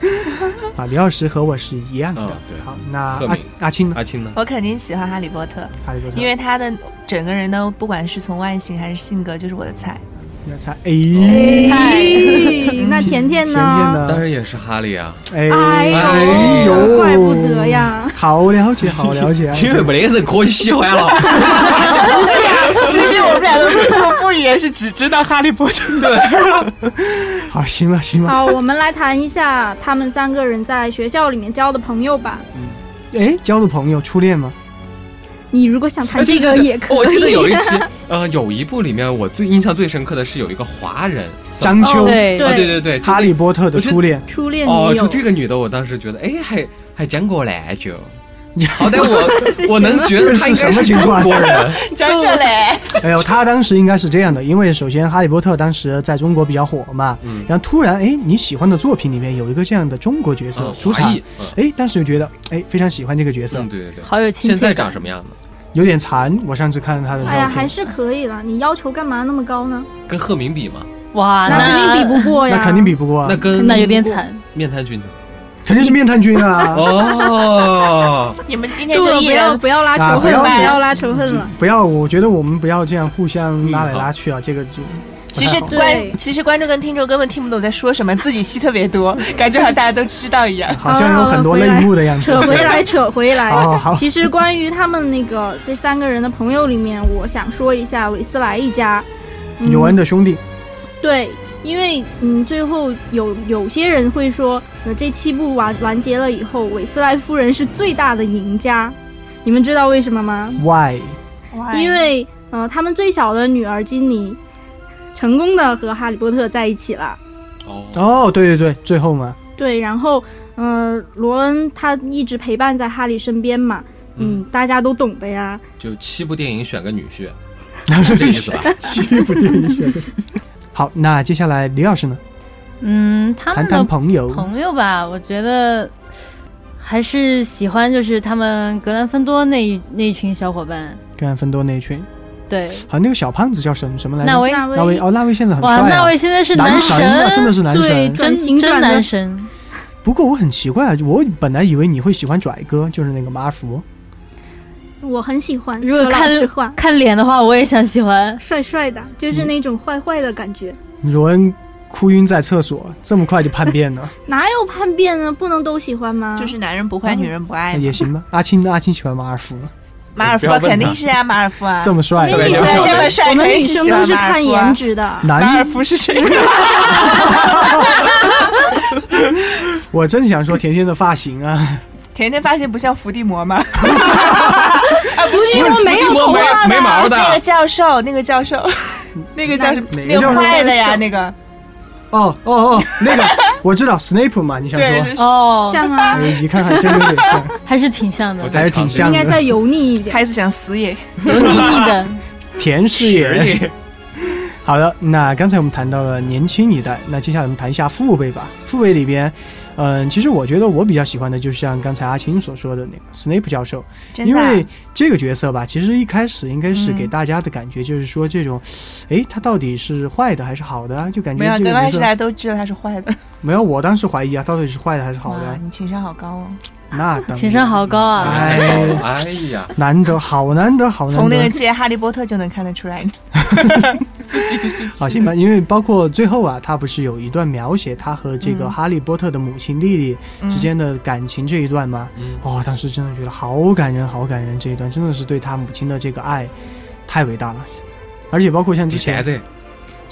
Speaker 1: 啊，李老师和我是一样的。
Speaker 2: 嗯对
Speaker 1: 好，那
Speaker 2: 赫
Speaker 1: 阿
Speaker 2: 敏
Speaker 1: 阿青呢？
Speaker 2: 阿青呢？
Speaker 4: 我肯定喜欢哈利波特，
Speaker 1: 哈利波特，
Speaker 4: 因为他的整个人的不管是从外形还是性格，就是我的菜。
Speaker 1: 那才哎，
Speaker 5: 哎 那
Speaker 1: 甜
Speaker 5: 甜甜
Speaker 1: 甜
Speaker 5: 呢？
Speaker 2: 当
Speaker 1: 的，
Speaker 2: 然也是哈利啊，
Speaker 1: 哎
Speaker 5: 哎
Speaker 2: 哎
Speaker 5: 呦，怪不得！呀！
Speaker 1: 好了解，好了 解。
Speaker 2: 没人可喜欢了。
Speaker 4: 其实我们俩的父母语言是只知道哈利波特。
Speaker 1: 好，行了，行了。
Speaker 5: 好，我们来谈一下他们三个人在学校里面交的朋友吧。
Speaker 1: 哎，交的朋友，初恋吗？
Speaker 5: 你如果想谈
Speaker 2: 哎
Speaker 5: 这
Speaker 2: 对
Speaker 5: 个
Speaker 2: 对对
Speaker 5: 也可 以。
Speaker 2: 我记得有一期，呃，有一部里面我最印象最深刻的是有一个华人算
Speaker 1: 章
Speaker 2: 吗
Speaker 1: 丘、
Speaker 3: 哦对
Speaker 2: 啊，
Speaker 5: 对
Speaker 2: 对对对，
Speaker 1: 哈利波特的初恋，
Speaker 5: 初恋
Speaker 2: 这
Speaker 5: 女
Speaker 2: 个哦，
Speaker 5: 友，
Speaker 2: 就这个女的，我当时觉得，哎，还还讲过来就。 好歹 我我能觉得她应该
Speaker 1: 这是什
Speaker 2: 是
Speaker 1: 么情况
Speaker 2: 中国人，
Speaker 4: 真的嘞，
Speaker 1: 哎呦，他当时应该是这样的，因为首先《哈利波特》当时在中国比较火嘛，
Speaker 2: 嗯
Speaker 1: 然后突然哎，你喜欢的作品里面有一个这样的中国角色
Speaker 2: 嗯，
Speaker 1: 出
Speaker 2: 华
Speaker 1: 场
Speaker 2: 裔，
Speaker 1: 哎，当时就觉得哎非常喜欢这个角色
Speaker 2: 嗯，，对对对。
Speaker 3: 好有亲
Speaker 2: 现
Speaker 3: 切
Speaker 2: 在
Speaker 3: 感。
Speaker 2: 长什么样呢？
Speaker 1: 有点馋。我上次看了他的
Speaker 5: 哎呀，
Speaker 1: 照
Speaker 5: 还
Speaker 1: 片，
Speaker 5: 是可以了。你要求干嘛那么高呢？
Speaker 2: 跟赫敏比嘛，啊
Speaker 3: 哇，
Speaker 5: 那肯定比不过呀，
Speaker 1: 那肯定比不过
Speaker 2: 那
Speaker 1: 啊，
Speaker 2: 跟
Speaker 3: 那有点惨。
Speaker 2: 面瘫君呢？
Speaker 1: 肯定是面瘫君啊。
Speaker 2: 哦，
Speaker 4: 你们今天
Speaker 5: 够
Speaker 4: 就
Speaker 5: 了，
Speaker 4: 一
Speaker 5: 不要
Speaker 4: 人
Speaker 5: 不要拉
Speaker 1: 啊不
Speaker 5: 仇恨了，
Speaker 1: 要
Speaker 5: 不要拉仇恨了。
Speaker 1: 不要，我觉得我们不要这样互
Speaker 2: 嗯
Speaker 1: 相拉来拉去啊，这个就
Speaker 4: 其实
Speaker 1: 不太好
Speaker 5: 对
Speaker 4: 观其实观众跟听众根本听不懂在说什么，自己戏特别多，感觉好像大家都知道一样。
Speaker 1: 好像有很多类目的 样子
Speaker 5: 扯。回来，扯回来。
Speaker 1: 好好好，
Speaker 5: 其实关于他们那个这三个人的朋友里面，我想说一下韦斯莱一家。嗯
Speaker 1: 尤恩的兄弟，
Speaker 5: 对，因为嗯，最后有有些人会说，呃，这七部完完结了以后，韦斯莱夫人是最大的赢家。你们知道为什么吗？
Speaker 1: Why？
Speaker 4: 哎
Speaker 5: 因为呃，他们最小的女儿金妮成功的和哈利波特在一起了。
Speaker 2: 哦，
Speaker 1: 哦，对对对，最后 嘛，
Speaker 5: 对，然后呃，罗恩他一直陪伴在哈利身边嘛，嗯，大家都懂的呀。
Speaker 2: 就七部电影选个女婿，是这 意思吧？
Speaker 1: 欺负电影学。好，那接下来李老师呢？
Speaker 3: 嗯，他
Speaker 1: 谈
Speaker 3: 们
Speaker 1: 谈
Speaker 3: 的
Speaker 1: 朋友，
Speaker 3: 朋友吧，我觉得还是喜欢就是他们格兰芬多那一那一群小伙伴。
Speaker 1: 跟芬多那一群，
Speaker 3: 对，
Speaker 1: 好像那个小胖子叫什么什么来
Speaker 3: 纳
Speaker 1: 着？
Speaker 3: 威，
Speaker 5: 纳
Speaker 1: 纳威
Speaker 5: 威
Speaker 1: 哦，纳威现在很帅
Speaker 3: 哇，纳
Speaker 1: 啊
Speaker 3: 威，现在是
Speaker 1: 男
Speaker 3: 神，
Speaker 1: 啊，真的是男
Speaker 5: 对
Speaker 1: 神。
Speaker 5: 转型
Speaker 3: 真
Speaker 5: 转
Speaker 3: 真
Speaker 5: 的
Speaker 3: 男神。
Speaker 1: 不过我很奇怪，啊我本来以为你会喜欢拽哥，就是那个马尔 福。
Speaker 5: 我很喜欢，
Speaker 3: 如果
Speaker 5: 说老
Speaker 3: 看
Speaker 5: 实话，
Speaker 3: 看脸的话，我也想喜欢。
Speaker 5: 帅帅的，就是那种坏坏的感觉。
Speaker 1: 罗恩哭晕在厕所，这么快就叛变了，
Speaker 5: 哪有叛变呢？不能都喜欢吗？
Speaker 4: 就是男人不坏，女人不爱嘛。
Speaker 1: 也行 吧。阿青呢，阿青喜欢马尔福，
Speaker 4: 马尔
Speaker 2: 不
Speaker 4: 福
Speaker 2: 要
Speaker 4: 啊
Speaker 2: 问他
Speaker 4: 肯定是啊，马尔福啊，
Speaker 1: 这么帅
Speaker 5: 我
Speaker 1: 的，
Speaker 5: 跟你说，
Speaker 2: 对
Speaker 5: 我
Speaker 4: 这么
Speaker 5: 们
Speaker 4: 帅
Speaker 5: 我们
Speaker 4: 可以
Speaker 5: 女
Speaker 4: 喜
Speaker 5: 生
Speaker 4: 欢
Speaker 5: 都是
Speaker 4: 马尔
Speaker 5: 看
Speaker 4: 福啊
Speaker 5: 颜值的。
Speaker 4: 马
Speaker 1: 男
Speaker 4: 尔福是谁？
Speaker 1: 我正想说甜甜的发型啊，
Speaker 4: 甜甜发现不像伏地魔吗？啊
Speaker 5: 不是因为没有
Speaker 2: 伏地魔
Speaker 5: 头
Speaker 2: 没
Speaker 5: 发
Speaker 2: 没毛
Speaker 5: 的，
Speaker 2: 的，
Speaker 4: 那个教授，那个教授， 那个叫什么？
Speaker 1: 哪个
Speaker 4: 那
Speaker 1: 教
Speaker 4: 个
Speaker 1: 授
Speaker 4: 坏的呀，那个
Speaker 1: 哦哦哦，那 个我知道 Snape 嘛，你想
Speaker 4: 对，
Speaker 1: 说，
Speaker 4: 就是
Speaker 3: 哦，
Speaker 5: 像啊
Speaker 1: 哎，一看还真有点像，
Speaker 3: 还是挺像的
Speaker 2: 我，在
Speaker 1: 还是挺像啊
Speaker 5: 应该
Speaker 1: 的。
Speaker 5: 再油腻一点。
Speaker 4: 孩子想死也。
Speaker 3: 油腻腻的。
Speaker 1: 田氏也
Speaker 2: 也
Speaker 1: 好的，那刚才我们谈到了年轻一代，那接下来我们谈一下父辈吧。父辈里边，嗯、其实我觉得我比较喜欢的，就像刚才阿青所说的那个 Snape 教授，
Speaker 4: 真
Speaker 1: 因
Speaker 4: 的啊，
Speaker 1: 为这个角色吧，其实一开始应该是
Speaker 4: 嗯
Speaker 1: 给大家的感觉就是说，这种，哎、他到底是坏的还是好的啊？就感觉
Speaker 4: 没有，
Speaker 1: 这
Speaker 4: 刚
Speaker 1: 个
Speaker 4: 开
Speaker 1: 角
Speaker 4: 始
Speaker 1: 色
Speaker 4: 大家都知道他是坏的。
Speaker 1: 没有，我当时怀疑啊，到底是坏的还是好的
Speaker 4: 哇
Speaker 1: 啊？
Speaker 4: 你情商好高哦！
Speaker 1: 那当然
Speaker 3: 情商好高啊
Speaker 1: 哎
Speaker 2: 哎呀，
Speaker 1: 难得，好难得，好难得。
Speaker 4: 从那个借《哈利波特》就能看得出来。自己的信息
Speaker 1: 好，啊行吧，因为包括最后啊，他不是有一段描写他和这个
Speaker 4: 嗯
Speaker 1: 哈利波特的母亲莉莉
Speaker 4: 嗯
Speaker 1: 之间的感情这一段吗？
Speaker 2: 嗯
Speaker 1: 哦，当时真的觉得好感人，好感人，这一段真的是对他母亲的这个爱太伟大了，而且包括像
Speaker 2: 第
Speaker 1: 之前
Speaker 2: 三，者，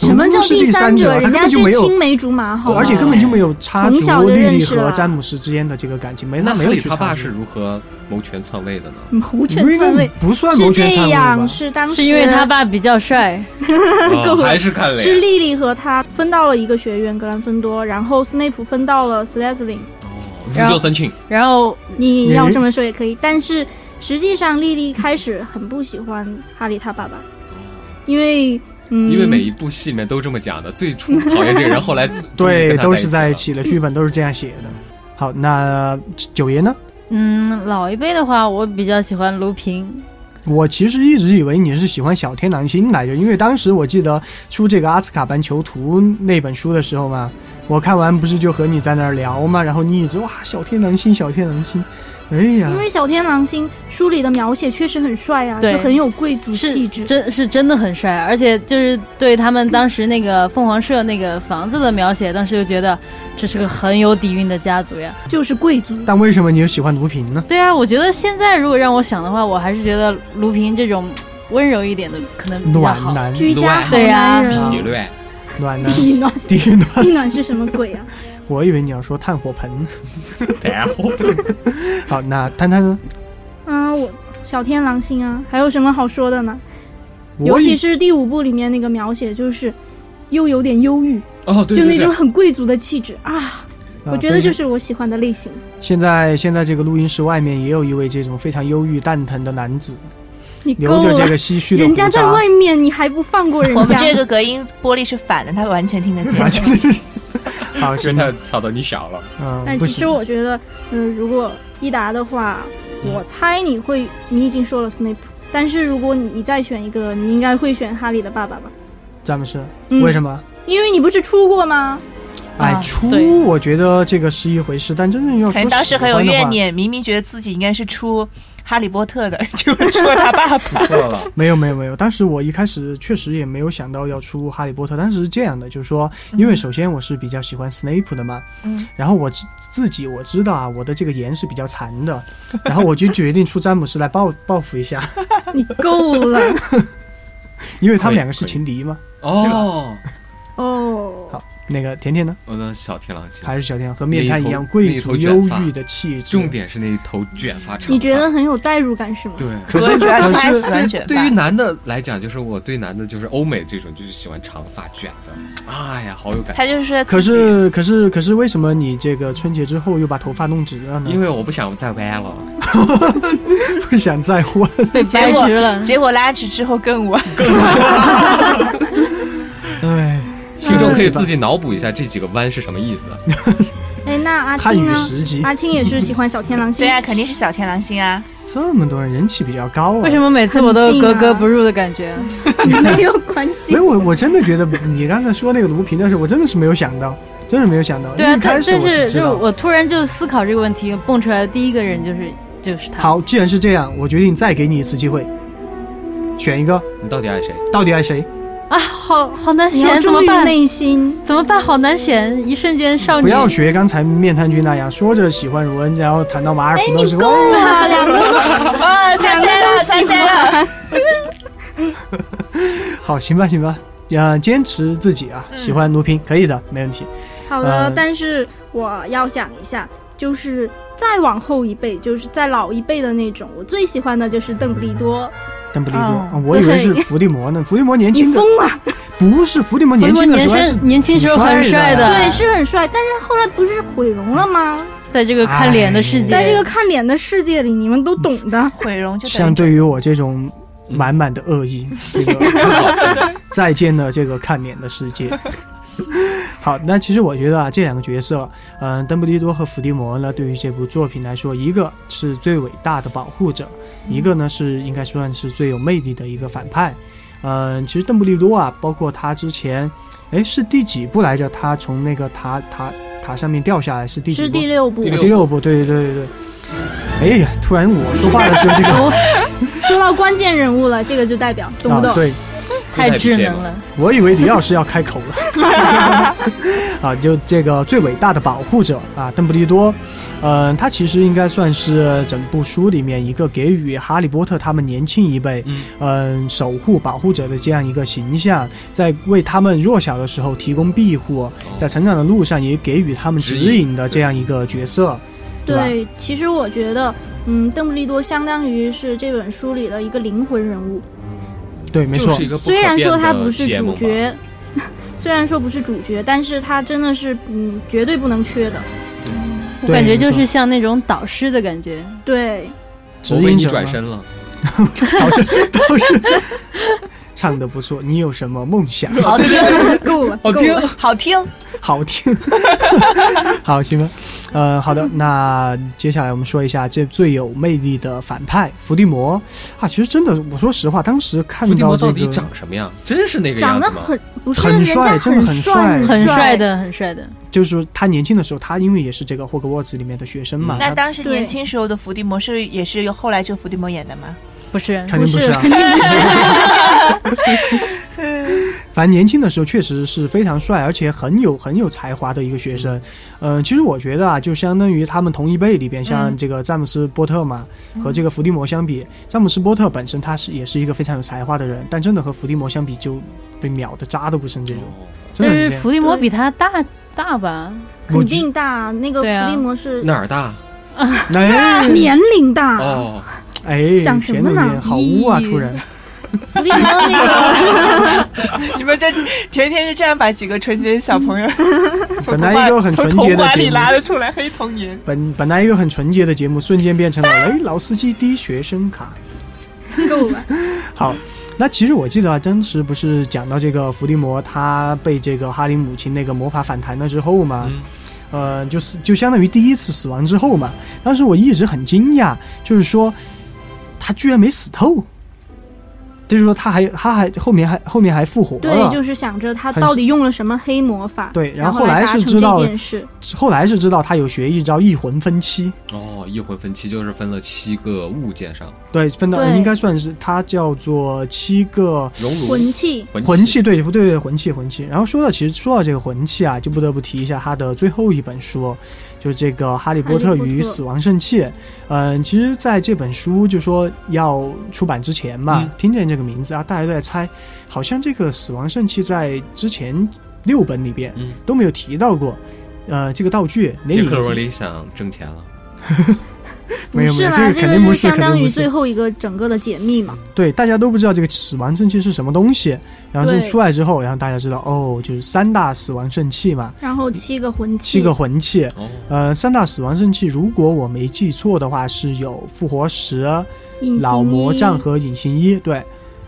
Speaker 5: 什么叫
Speaker 1: 不是
Speaker 5: 第
Speaker 1: 第
Speaker 5: 三
Speaker 1: 者？他
Speaker 5: 人
Speaker 1: 根
Speaker 5: 家
Speaker 1: 本
Speaker 5: 是
Speaker 1: 就没有
Speaker 5: 青。梅竹马，好
Speaker 1: 对
Speaker 5: 吗？
Speaker 1: 而且根本就没有插
Speaker 5: 从小
Speaker 1: 足
Speaker 5: 就
Speaker 1: 莉
Speaker 5: 认
Speaker 1: 莉
Speaker 5: 识
Speaker 1: 和
Speaker 5: 了
Speaker 1: 詹姆斯之间的这个感情，没他
Speaker 2: 那
Speaker 1: 没
Speaker 2: 哈
Speaker 1: 有
Speaker 2: 利
Speaker 1: 去
Speaker 2: 他
Speaker 1: 插
Speaker 2: 爸
Speaker 1: 足
Speaker 2: 是如何谋权篡位的呢？
Speaker 5: 谋权
Speaker 1: 应
Speaker 5: 篡
Speaker 1: 该
Speaker 5: 位。
Speaker 1: 不算谋
Speaker 5: 是
Speaker 1: 权篡
Speaker 5: 这
Speaker 1: 位吧
Speaker 5: 样，？是 当时
Speaker 3: 是因为他爸比较帅，
Speaker 2: 哦还是
Speaker 4: 啊
Speaker 2: 看
Speaker 5: 是
Speaker 2: 脸？
Speaker 5: 莉莉和他分到了一个学院格兰芬多，然后斯内普分到了斯莱特林。
Speaker 2: 哦自作申请，
Speaker 3: 然后
Speaker 5: 你要这么说也可以，但是实际上莉莉开始很不喜欢哈利他爸爸，因为嗯，
Speaker 2: 因为每一部戏里面都这么讲的，最初讨厌这个人，后来
Speaker 1: 对，都是在
Speaker 2: 在
Speaker 1: 一
Speaker 2: 一
Speaker 1: 起了，
Speaker 5: 嗯
Speaker 1: 剧本都是这样写的。好，那九爷呢？
Speaker 3: 嗯，老一辈的话，我比较喜欢卢平。
Speaker 1: 我其实一直以为你是喜欢小天狼星来着，因为当时我记得出这个《阿兹卡班囚徒》那本书的时候嘛，我看完不是就和你在那儿聊嘛，然后你一直哇小天狼星小天狼星，哎呀
Speaker 5: 因，为小天狼星书里的描写确实很帅啊，
Speaker 3: 对
Speaker 5: 就很有贵族气
Speaker 3: 是
Speaker 5: 质。
Speaker 3: 真是真的很帅，而且就是对他们当时那个凤凰社那个房子的描写，当时就觉得这是个很有底蕴的家族呀。
Speaker 5: 就是贵族，
Speaker 1: 但为什么你又喜欢卢平呢？
Speaker 3: 对啊，我觉得现在如果让我想的话，我还是觉得卢平这种嘖温柔一点的可能比较
Speaker 1: 暖
Speaker 3: 好。
Speaker 1: 男，
Speaker 5: 居家好
Speaker 3: 对啊
Speaker 5: 男人。
Speaker 2: 体略，
Speaker 1: 暖男，
Speaker 5: 地暖，
Speaker 1: 地狱暖，
Speaker 5: 地暖是什么鬼啊？
Speaker 1: 我以为你要说炭火盆。
Speaker 2: 然后
Speaker 1: 好，那探探呢？
Speaker 5: 嗯，我小天狼星啊，还有什么好说的呢？尤
Speaker 1: 我
Speaker 5: 其
Speaker 1: 以
Speaker 5: 是第五部里面那个描写，就是又有点忧郁，
Speaker 2: 哦，对对
Speaker 5: 就那种
Speaker 2: 对，
Speaker 5: 很贵族的气质啊，
Speaker 1: 呃
Speaker 5: 我觉得
Speaker 1: 非常
Speaker 5: 就是我喜欢的类型。
Speaker 1: 现在现在这个录音室外面也有一位这种非常忧郁蛋疼的男子，
Speaker 5: 你
Speaker 1: 留
Speaker 5: 够
Speaker 1: 着
Speaker 5: 了，
Speaker 1: 这个唏嘘的胡
Speaker 5: 人家在
Speaker 1: 渣
Speaker 5: 外面，你还不放过人
Speaker 4: 我们
Speaker 5: 家？
Speaker 4: 这个隔音玻璃是反的，他完全听 得见。
Speaker 1: 完全啊是。好，行，
Speaker 2: 吵到你小了，
Speaker 1: 嗯，
Speaker 5: 但
Speaker 1: 不
Speaker 5: 其实
Speaker 1: 行，
Speaker 5: 我觉得，嗯、如果一达的话，
Speaker 2: 嗯
Speaker 5: 我猜你会，你已经说了 Snape，但是如果你你再选一个，你应该会选哈利的爸爸吧？
Speaker 1: 詹姆斯，
Speaker 5: 嗯、
Speaker 1: 为什？么？
Speaker 5: 因为你不是出 过吗？
Speaker 1: 哎
Speaker 4: 啊，
Speaker 1: 出
Speaker 3: 对
Speaker 1: 我觉得这个是一回事，但真正要
Speaker 4: 可
Speaker 1: 说
Speaker 4: 能当时
Speaker 1: 喜
Speaker 4: 很有
Speaker 1: 欢的
Speaker 4: 怨
Speaker 1: 话，
Speaker 4: 念，明明觉得自己应该是出《哈利波特》的，就说他爸爸。
Speaker 2: 错了，
Speaker 1: 没有没有没有。当时我一开始确实也没有想到要出《哈利波特》，但是是这样的，就是说，因为首先我是比较喜欢 Snape 的嘛，
Speaker 4: 嗯
Speaker 1: 然后我自自己我知道啊，我的这个颜是比较残的，然后我就决定出詹姆斯来报报复一 下，
Speaker 5: 你够了
Speaker 1: 因为他们两个
Speaker 2: 可以
Speaker 1: 是情敌嘛。
Speaker 2: 哦，
Speaker 5: 哦。
Speaker 1: 好那个甜甜呢，
Speaker 2: 我的小天狼星
Speaker 1: 还，是小天啊和面瘫一
Speaker 2: 那
Speaker 1: 样
Speaker 2: 一头
Speaker 1: 贵族
Speaker 2: 那一头
Speaker 1: 忧
Speaker 2: 卷发
Speaker 1: 郁的气质，
Speaker 2: 重点是那一头卷发长发，
Speaker 5: 你觉得很有代入感是吗？
Speaker 2: 对？
Speaker 1: 可是
Speaker 4: 主要是
Speaker 1: 可
Speaker 4: 他还
Speaker 1: 是
Speaker 4: 喜欢卷
Speaker 2: 对于
Speaker 4: 发。
Speaker 2: 男的来讲，就是我对男的就是欧美这种，就是喜欢长发卷的，哎呀，好有感觉。
Speaker 4: 他就是
Speaker 1: 可
Speaker 4: 自己
Speaker 1: 是可是可是为什么你这个春节之后又把头发弄直了呢？
Speaker 2: 因为我不想再歪了，
Speaker 1: 不想再 婚。
Speaker 3: 被掰直了。
Speaker 4: 结果拉直之后更我，
Speaker 1: 哎，
Speaker 2: 听众可以自己脑补一下这几个弯是什么意思。
Speaker 5: 哎，那阿
Speaker 1: 汉
Speaker 5: 青
Speaker 1: 语
Speaker 5: 呢？
Speaker 1: 十级，
Speaker 2: 嗯
Speaker 5: 阿青也是喜欢小天狼 星。
Speaker 4: 对啊，肯定是小天狼星啊。
Speaker 1: 这么多人人气比较高啊。
Speaker 3: 为什？么每次我都有格格不入的感觉？
Speaker 5: 没有关系
Speaker 1: 没有。我，我真的觉得你刚才说那个卢平的事，我真的是没有想到，真是没有想到。
Speaker 3: 对啊
Speaker 1: 一，
Speaker 3: 但
Speaker 1: 开始
Speaker 3: 但
Speaker 1: 我
Speaker 3: 是
Speaker 1: 知
Speaker 3: 就是
Speaker 1: 道。
Speaker 3: 我突然就思考这个问题，蹦出来的第一个人就是就是他。
Speaker 1: 好，既然是这样，我决定再给你一次机会，选一个，
Speaker 2: 你到底爱谁？
Speaker 1: 到底爱谁？
Speaker 3: 啊，好好难
Speaker 5: 你要
Speaker 3: 选，怎
Speaker 5: 忠
Speaker 3: 么
Speaker 5: 于
Speaker 3: 办？
Speaker 5: 内心，
Speaker 3: 怎么办？好难选，一瞬间少女
Speaker 1: 不要学刚才面瘫君那样，说着喜欢荣恩，然后谈到马尔福
Speaker 5: 哎你
Speaker 1: 都是
Speaker 5: 够了，两个都
Speaker 4: 哇，猜猜哦了，猜猜了，
Speaker 1: 好，行吧，行吧，呃，坚持自己啊，喜欢卢平可以的，没问题。
Speaker 5: 好的
Speaker 1: 嗯，
Speaker 5: 但是我要想一下，就是再往后一辈，就是再老一辈的那种，我最喜欢的就是邓布利多。
Speaker 1: 邓布利多，
Speaker 4: 哦
Speaker 1: 啊我以为是伏地魔呢。伏地魔年
Speaker 5: 你
Speaker 1: 轻的
Speaker 5: 疯了？
Speaker 1: 不是伏地魔年
Speaker 3: 不
Speaker 1: 轻
Speaker 3: 过
Speaker 1: 的时
Speaker 3: 年
Speaker 1: 候还是
Speaker 3: 生年轻时候很帅
Speaker 1: 挺帅的
Speaker 5: 对，是很帅，但是后来不是毁容了吗？
Speaker 3: 在这个看脸的世界，
Speaker 5: 在
Speaker 1: 哎
Speaker 5: 这个看脸的世界里，你们都懂的。
Speaker 4: 毁容就
Speaker 1: 相
Speaker 4: 等于
Speaker 1: 对于我这
Speaker 5: 嗯
Speaker 1: 种满满的恶 意，这个再见了这个看脸的世 界。好，那其实我觉得啊，这两个角色，嗯、邓布利多和伏地魔呢，对于这部作品来说，一个是最伟大的保护者，
Speaker 5: 嗯
Speaker 1: 一个呢是应该算是最有魅力的一个反派。嗯、其实邓布利多啊，包括他之前，哎，是第几部来着？他从那个塔塔塔上面掉下来是第几
Speaker 5: 是
Speaker 1: 部？
Speaker 5: 第六部
Speaker 2: 第。
Speaker 1: 第六部，对对对对对。哎呀，突然我说话的时候，这个
Speaker 5: 说到关键人物了，这个就代表懂不懂
Speaker 1: 啊？？对，
Speaker 3: 太智能了。
Speaker 1: 我以为李老师要开口了。 啊，就这个最伟大的保护者啊，邓布利多，嗯、他其实应该算是整部书里面一个给予哈利波特他们年轻一辈，
Speaker 2: 嗯
Speaker 1: 嗯、守护保护者的这样一个形象，在为他们弱小的时候提供庇护，
Speaker 2: 哦
Speaker 1: 在成长的路上也给予他们指
Speaker 2: 指引
Speaker 1: 引的这样一个角色，对吧？
Speaker 5: 对，其实我觉得，嗯，邓布利多相当于是这本书里的一个灵魂人物。
Speaker 1: 对，没
Speaker 2: 就
Speaker 1: 错
Speaker 2: 是一，个不可
Speaker 5: 虽
Speaker 2: 变的
Speaker 5: 然说他不是
Speaker 2: 结
Speaker 5: 主
Speaker 2: 盟吧，
Speaker 5: 角， 虽然说不是主角，但是他真的是嗯，绝对不能缺的。
Speaker 3: 我感觉就是像那种导师的感觉，
Speaker 5: 对，
Speaker 1: 指
Speaker 2: 我为
Speaker 1: 引
Speaker 2: 你
Speaker 1: 者
Speaker 2: 转
Speaker 1: 嘛
Speaker 2: 身了，
Speaker 1: 倒是倒是唱的不错。你有什么梦 想？
Speaker 4: 好听，
Speaker 5: 够了，
Speaker 4: 好
Speaker 5: 够了。
Speaker 4: 听，好听。
Speaker 1: 好听， 好行吧。呃，好 的，那接下来我们说一下这最有魅力的反派伏地魔啊。其实真的，我说实话，当时看
Speaker 2: 伏地魔
Speaker 1: 这
Speaker 2: 到底
Speaker 1: 个，
Speaker 2: 长什么样？真是那个
Speaker 5: 长
Speaker 2: 样
Speaker 5: 得
Speaker 2: 子吗？
Speaker 5: 很不是
Speaker 1: 很
Speaker 5: 人
Speaker 1: 帅
Speaker 5: 家
Speaker 1: 真的很
Speaker 5: 帅，
Speaker 1: 帅
Speaker 3: 很帅。的，很帅的。
Speaker 1: 就是说他年轻的时候，他因为也是这个霍格沃茨里面的学生
Speaker 2: 嗯
Speaker 1: 嘛，
Speaker 4: 那
Speaker 1: 他
Speaker 4: 当时年轻时候的伏地魔是也是由后来这个伏地魔演的吗？
Speaker 3: 不是，
Speaker 1: 肯定不
Speaker 5: 是
Speaker 1: 是啊
Speaker 5: 肯。定不是。
Speaker 1: 反正年轻的时候确实是非常帅，而且很有很有才华的一个学生。嗯、其实我觉得啊，就相当于他们同一辈里边，像
Speaker 4: 嗯
Speaker 1: 这个詹姆斯·波特嘛，和这个伏地魔相比，詹姆斯·波特本身他是也是一个非常有才华的人，但真的和伏地魔相比就被秒的渣都不剩这种，
Speaker 2: 哦
Speaker 1: 真
Speaker 3: 但
Speaker 1: 的是
Speaker 3: 是
Speaker 1: 这样。
Speaker 3: 伏地魔比他大大 吧？
Speaker 1: 我
Speaker 5: 肯
Speaker 1: 觉
Speaker 5: 定大，那个
Speaker 3: 对啊
Speaker 5: 伏地魔是
Speaker 2: 哪儿大？
Speaker 1: 哎，
Speaker 5: 年龄大，
Speaker 2: 哦，
Speaker 1: 哎，
Speaker 5: 想什
Speaker 1: 甜
Speaker 5: 么
Speaker 1: 有
Speaker 5: 呢
Speaker 1: 点好污啊！
Speaker 5: 咦
Speaker 1: 突然，
Speaker 5: 伏地魔 那
Speaker 1: 哦
Speaker 5: 个
Speaker 4: 你们这天天就这样把几个纯洁的小朋友从
Speaker 1: 本
Speaker 4: 童
Speaker 1: 来
Speaker 4: 话
Speaker 1: 一个很
Speaker 4: 从
Speaker 1: 纯洁
Speaker 4: 童
Speaker 1: 的
Speaker 4: 话
Speaker 1: 节
Speaker 4: 里
Speaker 1: 目
Speaker 4: 拉了出来，黑童年。
Speaker 1: 本本来一个很纯洁的节目，瞬间变 成了哎，老司机滴学生卡。
Speaker 5: 够了，
Speaker 1: 好，那其实我记得啊，当时不是讲到这个伏地魔他被这个哈林母亲那个魔法反弹了之后嘛，
Speaker 2: 嗯
Speaker 1: 呃，就是就相当于第一次死亡之后嘛。当时我一直很惊讶，就是说他居然没死透，就是说他还他还后面还后面还复活了。
Speaker 5: 对，就是想着他到底用了什么黑魔法，
Speaker 1: 对然
Speaker 5: 然
Speaker 1: 后
Speaker 5: 来
Speaker 1: 来
Speaker 5: 达
Speaker 1: 是
Speaker 5: 成
Speaker 1: 知道
Speaker 5: 这件事，
Speaker 1: 后来是知道他有学一招一魂分七，
Speaker 2: 哦，一魂分七就是分了七个物件上，
Speaker 1: 对，分到
Speaker 5: 对
Speaker 1: 应该算是他叫做七个
Speaker 2: 熔炉
Speaker 5: 魂气
Speaker 2: 魂
Speaker 1: 魂器，对对对，魂器魂器。然后说到其实说到这个魂器啊，就不得不提一下他的最后一本书，哦就是这个《哈利波特
Speaker 5: 哈利
Speaker 1: 与
Speaker 5: 波特
Speaker 1: 死亡圣器》。嗯，其实在这本书就说要出版之前嘛，
Speaker 2: 嗯
Speaker 1: 听见这个名字啊，大家都在猜，好像这个死亡圣器在之前六本里边
Speaker 2: 嗯
Speaker 1: 都没有提到过。呃，这个道具连
Speaker 2: 杰
Speaker 1: 影
Speaker 2: 克罗
Speaker 1: 子
Speaker 2: 琳想挣钱了，
Speaker 5: 不
Speaker 1: 没有没
Speaker 5: 是
Speaker 1: 有
Speaker 5: 啦，
Speaker 1: 这个
Speaker 5: 这
Speaker 1: 肯
Speaker 5: 个
Speaker 1: 定不
Speaker 5: 就是相
Speaker 1: 肯
Speaker 5: 当
Speaker 1: 定不
Speaker 5: 于
Speaker 1: 是嗯
Speaker 5: 最后一个整个的解密嘛。
Speaker 1: 对，大家都不知道这个死亡圣器是什么东西，然后就
Speaker 5: 对
Speaker 1: 出来之后，然后大家知道哦，就是三大死亡圣器嘛，
Speaker 5: 然后七个魂器，
Speaker 1: 七个魂器，
Speaker 2: 哦，
Speaker 1: 呃，三大死亡圣器，如果我没记错的话，是有复活石、
Speaker 5: 隐形
Speaker 1: 老魔
Speaker 5: 衣
Speaker 1: 杖和隐形衣。对，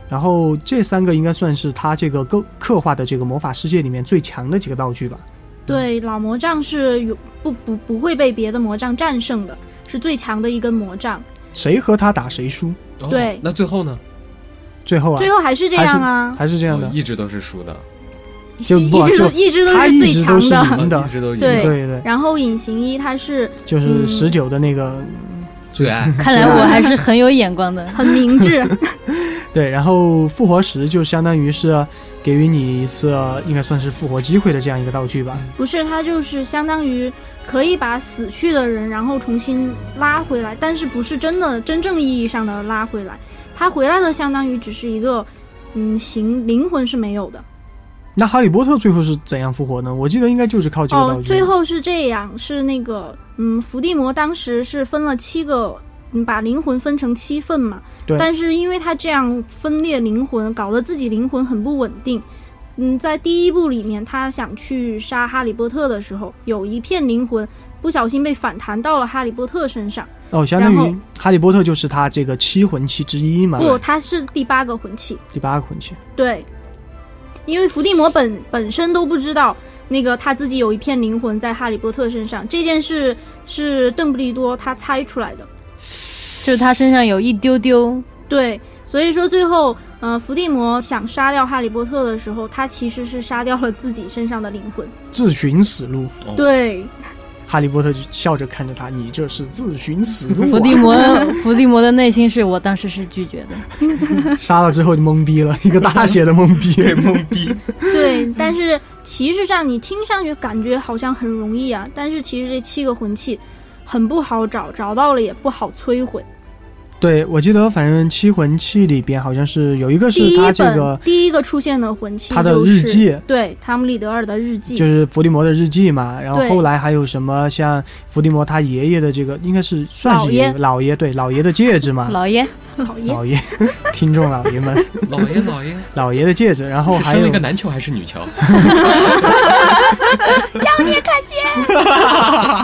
Speaker 1: 然后这三个应该算是他这个刻刻画的这个魔法世界里面最强的几个道具吧。
Speaker 5: 对，老魔杖是有不不不会被别的魔杖战胜的，是最强的一根魔杖。
Speaker 1: 谁和他打谁输，
Speaker 2: 哦
Speaker 5: 对
Speaker 2: 那最后呢？
Speaker 1: 最后啊，
Speaker 5: 最后还是这样啊，
Speaker 1: 还是这
Speaker 2: 这
Speaker 1: 样的，
Speaker 2: 一直都是 输的，
Speaker 1: 就
Speaker 5: 一
Speaker 1: 不
Speaker 5: 直都
Speaker 1: 就
Speaker 5: 一直都
Speaker 1: 他
Speaker 5: 是
Speaker 1: 一
Speaker 5: 最
Speaker 1: 直
Speaker 5: 强
Speaker 1: 都是
Speaker 5: 的。
Speaker 1: 赢的
Speaker 2: 啊一直都赢
Speaker 1: 对
Speaker 5: 对
Speaker 1: 对对，
Speaker 5: 然后隐形衣它是
Speaker 1: 就是
Speaker 5: 嗯
Speaker 1: 十九的那个
Speaker 2: 最爱。
Speaker 3: 看来我还是很有眼 光的。
Speaker 5: 很明智，
Speaker 1: 对，然后复活石就相当于是给予你一次应该算是复活机会的这样一个道具吧。
Speaker 5: 不是它就是相当于可以把死去的人然后重新拉回来，但是不是真的真正意义上的拉回来，他回来的相当于只是一个嗯形灵魂是没有的。
Speaker 1: 那哈利波特最后是怎样复活呢？我记得应该就是靠这个道具。
Speaker 5: 哦，最后是这样，是那个，嗯，伏地魔当时是分了七个，嗯，把灵魂分成七份嘛。
Speaker 1: 对
Speaker 5: 但是因为他这样分裂灵魂，搞得自己灵魂很不稳定。嗯，在第一部里面，他想去杀哈利波特的时候，有一片灵魂不小心被反弹到了哈利波特身上。
Speaker 1: 哦，相当
Speaker 5: 然后
Speaker 1: 于哈利波特就是他这个七魂器之一嘛，
Speaker 5: 不，他是第八个魂器。
Speaker 1: 第八个魂器。
Speaker 5: 对，因为伏地魔本本身都不知道那个他自己有一片灵魂在哈利波特身上，这件事是邓布利多他猜出来的。
Speaker 3: 就是他身上有一丢丢，
Speaker 5: 对，所以说最后，呃，伏地魔想杀掉哈利波特的时候，他其实是杀掉了自己身上的灵魂。
Speaker 1: 自寻死路，
Speaker 2: 哦，
Speaker 5: 对，
Speaker 1: 哈利波特就笑着看着他：“你这是自寻死路、
Speaker 3: 伏
Speaker 1: 啊
Speaker 3: 地魔， 伏地魔的内心是我当时是拒绝的。！”
Speaker 1: 杀了之后就懵逼 了，一个大写的懵逼。
Speaker 2: 懵逼。
Speaker 5: 对，但是其实上你听上去感觉好像很容易啊，但是其实这七个魂器很不好找，找到了也不好摧毁。
Speaker 1: 对，我记得反正七魂器里边好像是有一个
Speaker 5: 第
Speaker 1: 是
Speaker 5: 一
Speaker 1: 他
Speaker 5: 本
Speaker 1: 这个
Speaker 5: 第一个出现的魂器、就是，
Speaker 1: 他的日记，
Speaker 5: 对，汤姆·里德尔的日记，
Speaker 1: 就是伏地魔的日记嘛，然后
Speaker 5: 对
Speaker 1: 后来还有什么像伏地魔他爷爷的这个应该是算是
Speaker 5: 老爷
Speaker 1: 爷老爷对老爷的戒指嘛，
Speaker 3: 老爷，
Speaker 5: 老爷
Speaker 1: 老爷 听众老爷们
Speaker 2: 老爷 老爷，
Speaker 1: 老爷的戒指，然后
Speaker 2: 是
Speaker 1: 还
Speaker 2: 生了
Speaker 1: 有
Speaker 2: 一个男球还是 女球？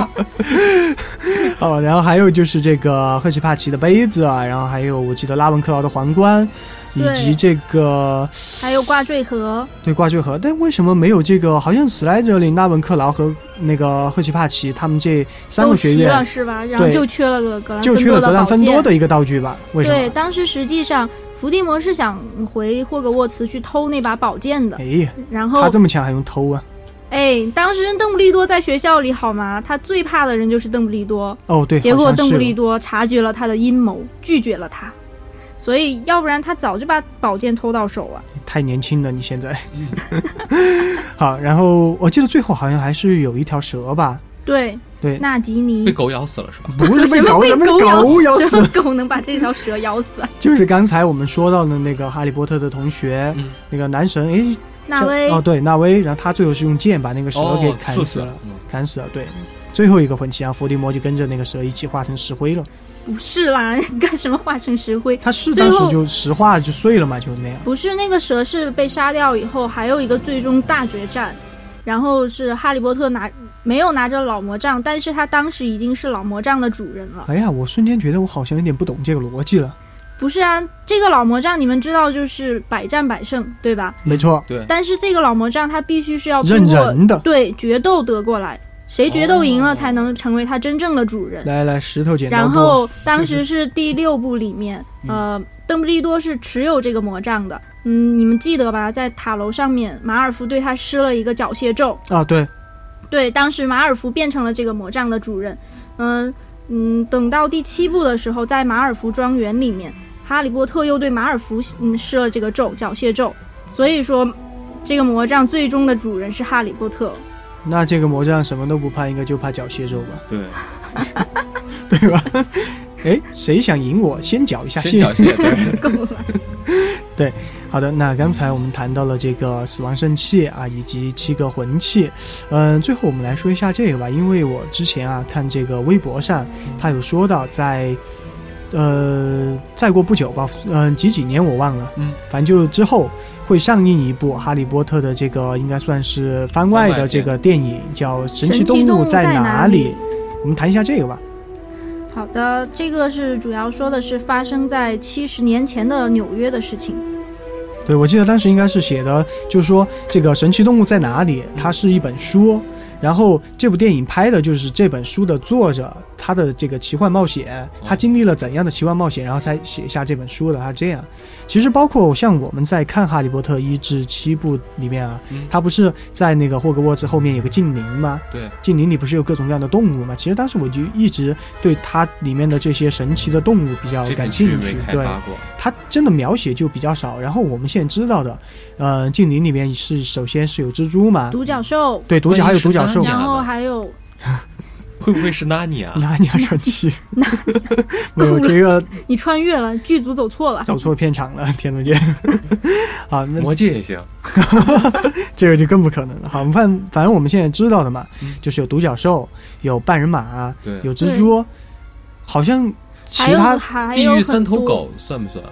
Speaker 1: 哦，然后还有就是这个赫奇帕奇的杯子啊，然后还有我记得拉文克劳的皇冠，以
Speaker 5: 对
Speaker 1: 及这个
Speaker 5: 还有挂坠盒，
Speaker 1: 对挂坠盒。但为什么没有这个？好像史莱哲林、拉文克劳和那个赫奇帕奇他们这三
Speaker 5: 都
Speaker 1: 个学
Speaker 5: 齐了
Speaker 1: 院，
Speaker 5: 是吧？然后
Speaker 1: 对
Speaker 5: 就缺了个格兰
Speaker 1: 就
Speaker 5: 芬
Speaker 1: 缺
Speaker 5: 多
Speaker 1: 了
Speaker 5: 的
Speaker 1: 格兰
Speaker 5: 宝
Speaker 1: 芬多
Speaker 5: 剑。
Speaker 1: 的一个道具吧？为什
Speaker 5: 对，
Speaker 1: 么？
Speaker 5: 当时实际上伏地魔是想回霍格沃茨去偷那把宝剑的，
Speaker 1: 哎呀，
Speaker 5: 然
Speaker 1: 他
Speaker 5: 后
Speaker 1: 这么强还用偷啊？
Speaker 5: 哎，当时邓布利多在学校里好吗？他最怕的人就是邓布利多，
Speaker 1: 哦，对，
Speaker 5: 结
Speaker 1: 好
Speaker 5: 果
Speaker 1: 像
Speaker 5: 邓
Speaker 1: 是
Speaker 5: 布利
Speaker 1: 哦
Speaker 5: 多察觉了他的阴谋，拒绝了他，所以要不然他早就把宝剑偷到手了。啊
Speaker 1: 太年轻了，你现在。 好，然后我记得最后好像还是有一条蛇吧？
Speaker 5: 对，
Speaker 1: 对
Speaker 5: 纳吉尼
Speaker 2: 被狗咬死了是吧？
Speaker 1: 不 是被狗，
Speaker 5: 被
Speaker 1: 什么
Speaker 5: 狗
Speaker 1: 狗咬死
Speaker 5: 什么狗能把这条蛇咬死啊？
Speaker 1: 就是刚才我们说到的那个哈利波特的同学，
Speaker 2: 嗯
Speaker 1: 那个男神，诶，
Speaker 5: 纳
Speaker 1: 这
Speaker 5: 威
Speaker 1: 哦，对，纳威，然后他最后是用剑把那个蛇给
Speaker 2: 哦，
Speaker 1: 砍
Speaker 2: 刺
Speaker 1: 死
Speaker 2: 死
Speaker 1: 了，
Speaker 2: 了。嗯
Speaker 1: 砍死了。对，最后一个魂器，然后伏地魔就跟着那个蛇一起化成石灰了。
Speaker 5: 不是啦， 干什么化成石灰？
Speaker 1: 他是
Speaker 5: 最
Speaker 1: 当
Speaker 5: 后
Speaker 1: 时就石化就碎了嘛，就那样。
Speaker 5: 不是那个蛇是被杀掉以后，还有一个最终大决战，然后是哈利波特拿没有拿着老魔杖，但是他当时已经是老魔杖的主人了。
Speaker 1: 哎呀，我瞬间觉得我好像有点不懂这个逻辑了。
Speaker 2: 嗯
Speaker 5: 不是啊，这个老魔杖你们知道就是百战百胜，对吧？
Speaker 1: 没错，
Speaker 2: 对，
Speaker 5: 但是这个老魔杖它必须是要
Speaker 1: 嗯认
Speaker 5: 通过
Speaker 1: 人的。
Speaker 5: 对决斗得过来，谁决斗赢
Speaker 2: 哦
Speaker 5: 了才能成为他真正的主人。
Speaker 1: 来来，石头剪刀
Speaker 5: 然
Speaker 1: 布。
Speaker 5: 后当时是第六部里面，呃，邓布利多是持有这个魔杖的。嗯，你们记得吧？在塔楼上面，马尔福对他施了一个缴械咒。
Speaker 1: 啊，对，
Speaker 5: 对，当时马尔福变成了这个魔杖的主人。嗯嗯，等到第七部的时候，在马尔福庄园里面，哈利波特又对马尔福嗯施了这个咒缴械咒。所以说，这个魔杖最终的主人是哈利波特。
Speaker 1: 那这个魔杖什么都不怕，应该就怕缴械咒吧，
Speaker 2: 对，
Speaker 1: 对吧？ 哎，谁想赢我，先缴一下
Speaker 2: 先缴
Speaker 1: 械。
Speaker 2: 械，对，
Speaker 5: 够了，
Speaker 1: 好的，那刚才我们谈到了这个死亡圣器啊，以及七个魂器，嗯、最后我们来说一下这个吧，因为我之前啊看这个微博上，他有说到在，呃，再过不久吧，嗯、几几年我忘了，
Speaker 2: 嗯，
Speaker 1: 反正就之后会上映一部《哈利波特》的这个应该算是番外
Speaker 2: 番外
Speaker 1: 的这个电影，叫《神
Speaker 5: 神
Speaker 1: 奇
Speaker 5: 奇
Speaker 1: 动
Speaker 5: 动
Speaker 1: 物
Speaker 5: 物在
Speaker 1: 哪
Speaker 5: 哪
Speaker 1: 里》，我们谈一下这个吧。
Speaker 5: 好的，这个是主要说的是发生在七十年前的纽约的事情。
Speaker 1: 对，我记得当时应该是写的，就是说这个《神奇动物在哪里》，它是一本书，然后这部电影拍的就是这本书的作者他的这个奇幻冒险，他经历了怎样的奇幻冒险，然后才写下这本书的。他这样，其实包括像我们在看《哈利波特》一至七部里面啊
Speaker 2: 嗯，
Speaker 1: 他不是在那个霍格沃兹后面有个禁林吗？
Speaker 2: 对，
Speaker 1: 禁林里不是有各种各样的动物吗？其实当时我就一直对它里面的这些神奇的动物比较
Speaker 2: 这
Speaker 1: 感
Speaker 2: 片区域
Speaker 1: 兴
Speaker 2: 没
Speaker 1: 趣，
Speaker 2: 开
Speaker 1: 对。
Speaker 2: 发过，
Speaker 1: 它真的描写就比较少。然后我们现在知道的，呃，禁林里面是首先是有蜘蛛嘛，
Speaker 5: 独角兽，
Speaker 1: 对，独角还有独角兽
Speaker 2: 对，
Speaker 5: 然后
Speaker 2: 亚的
Speaker 5: 还有
Speaker 2: 会不会是纳尼啊亚？
Speaker 1: 那你要传奇， 没有这个
Speaker 5: 你穿越了，剧组走错了。
Speaker 1: 找错片场了， 田总监。好，那
Speaker 2: 魔戒也行，
Speaker 1: 这个就更不可能了。好，反反正我们现在知道的嘛，就是有独角兽，有半人马，
Speaker 2: 对，
Speaker 1: 有蜘蛛，好像其
Speaker 5: 还有
Speaker 1: 他
Speaker 5: 还
Speaker 2: 地
Speaker 5: 有
Speaker 2: 狱
Speaker 5: 很
Speaker 2: 三头
Speaker 5: 多
Speaker 2: 狗算不算？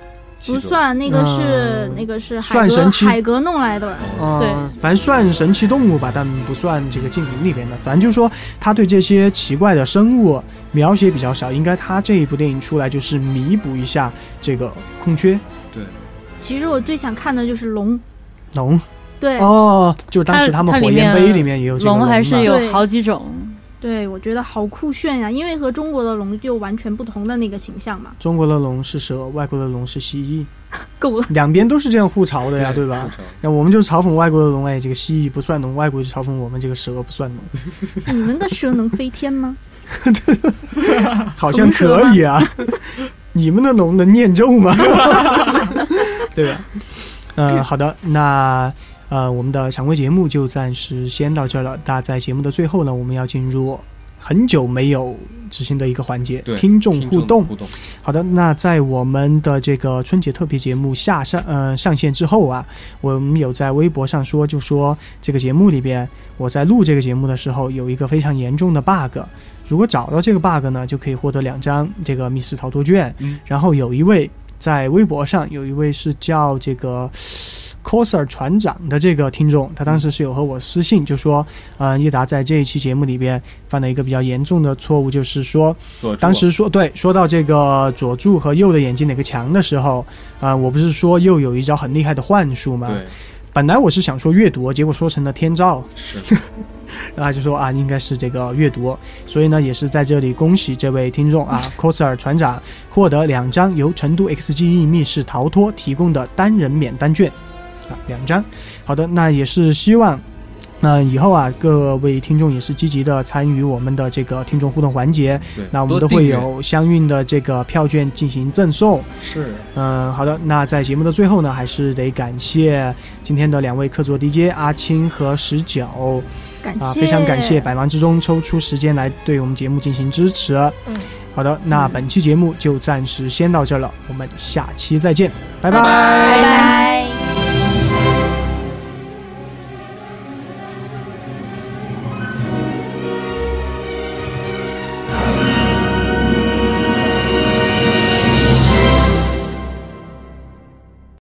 Speaker 5: 不算，那个是、
Speaker 1: 嗯
Speaker 5: 那个是海
Speaker 1: 算
Speaker 5: 格
Speaker 1: 神奇
Speaker 5: 海格弄来的。
Speaker 1: 呃，
Speaker 2: 哦
Speaker 3: 对
Speaker 1: 反正算神奇动物吧，但不算这个禁林里边的。反正就是说，他对这些奇怪的生物描写比较少，应该他这一部电影出来就是弥补一下这个空缺。
Speaker 2: 对，
Speaker 5: 其实我最想看的就是龙，
Speaker 1: 龙
Speaker 5: 对、
Speaker 1: 哦，就当时他们
Speaker 3: 它它
Speaker 1: 火
Speaker 3: 里
Speaker 1: 焰
Speaker 3: 面
Speaker 1: 杯里面也有这个啊
Speaker 3: 龙
Speaker 1: 嘛
Speaker 3: 还是有
Speaker 5: 对
Speaker 3: 好几种，
Speaker 5: 对，我觉得好酷炫呀、因为和中国的龙就完全不同的那个形象嘛。
Speaker 1: 中国的龙是蛇，外国的龙是蜥蜴，
Speaker 5: 够 了，
Speaker 1: 两边都是这样互嘲的呀，对吧？？
Speaker 2: 不成
Speaker 1: 那我们就嘲讽外国的龙，哎，这个蜥蜴不算龙；外国就嘲讽我们这个蛇不算龙，
Speaker 5: 你们的蛇能飞天吗？
Speaker 1: 好像
Speaker 5: 龙蛇
Speaker 1: 可
Speaker 5: 吗
Speaker 1: 以啊。你们的龙能念咒吗？对吧？嗯，好的，那呃，我们的常规节目就暂时先到这儿了。那在节目的最后呢，我们要进入很久没有执行的一个环节
Speaker 2: 对
Speaker 1: ——听众互
Speaker 2: 听众
Speaker 1: 动。
Speaker 2: 互动，
Speaker 1: 好的，那在我们的这个春节特别节目下上呃上线之后啊，我们有在微博上说，就说这个节目里边，我在录这个节目的时候有一个非常严重的 bug，如果找到这个 bug 呢，就可以获得两张这个密室逃脱卷。
Speaker 2: 嗯
Speaker 1: 然后有一位在微博上有一位是叫这个 coser 船长的这个听众，他当时是有和我私信就说，呃，叶达在这一期节目里边犯了一个比较严重的错误，就是说。
Speaker 2: 做
Speaker 1: 当时说对，说到这个佐助和鼬的眼睛哪个强的时候，啊、我不是说鼬有一招很厉害的幻术吗？
Speaker 2: 对
Speaker 1: 本来我是想说阅读，结果说成了天照，
Speaker 2: 是
Speaker 1: 然后他就说啊，应该是这个阅读。所以呢，也是在这里恭喜这位听众啊，coser 船长获得两张由成都 XGE 密室逃脱提供的单人免单券，啊，两张。好的，那也是希望。那、以后啊，各位听众也是积极的参与我们的这个听众互动环节，
Speaker 2: 对，
Speaker 1: 那我们
Speaker 2: 多
Speaker 1: 都会
Speaker 2: 订阅
Speaker 1: 有相应的这个票券进行赠送。
Speaker 2: 是
Speaker 1: 嗯，好的，那在节目的最后呢，还是得感谢今天的两位客座 DJ 阿青和十九
Speaker 5: 感谢，
Speaker 1: 啊，非常感谢百忙之中抽出时间来对我们节目进行支持。
Speaker 4: 嗯，
Speaker 1: 好的，那本期节目就暂时先到这儿了，我们下期再见，拜
Speaker 4: 拜
Speaker 1: 拜
Speaker 4: 拜。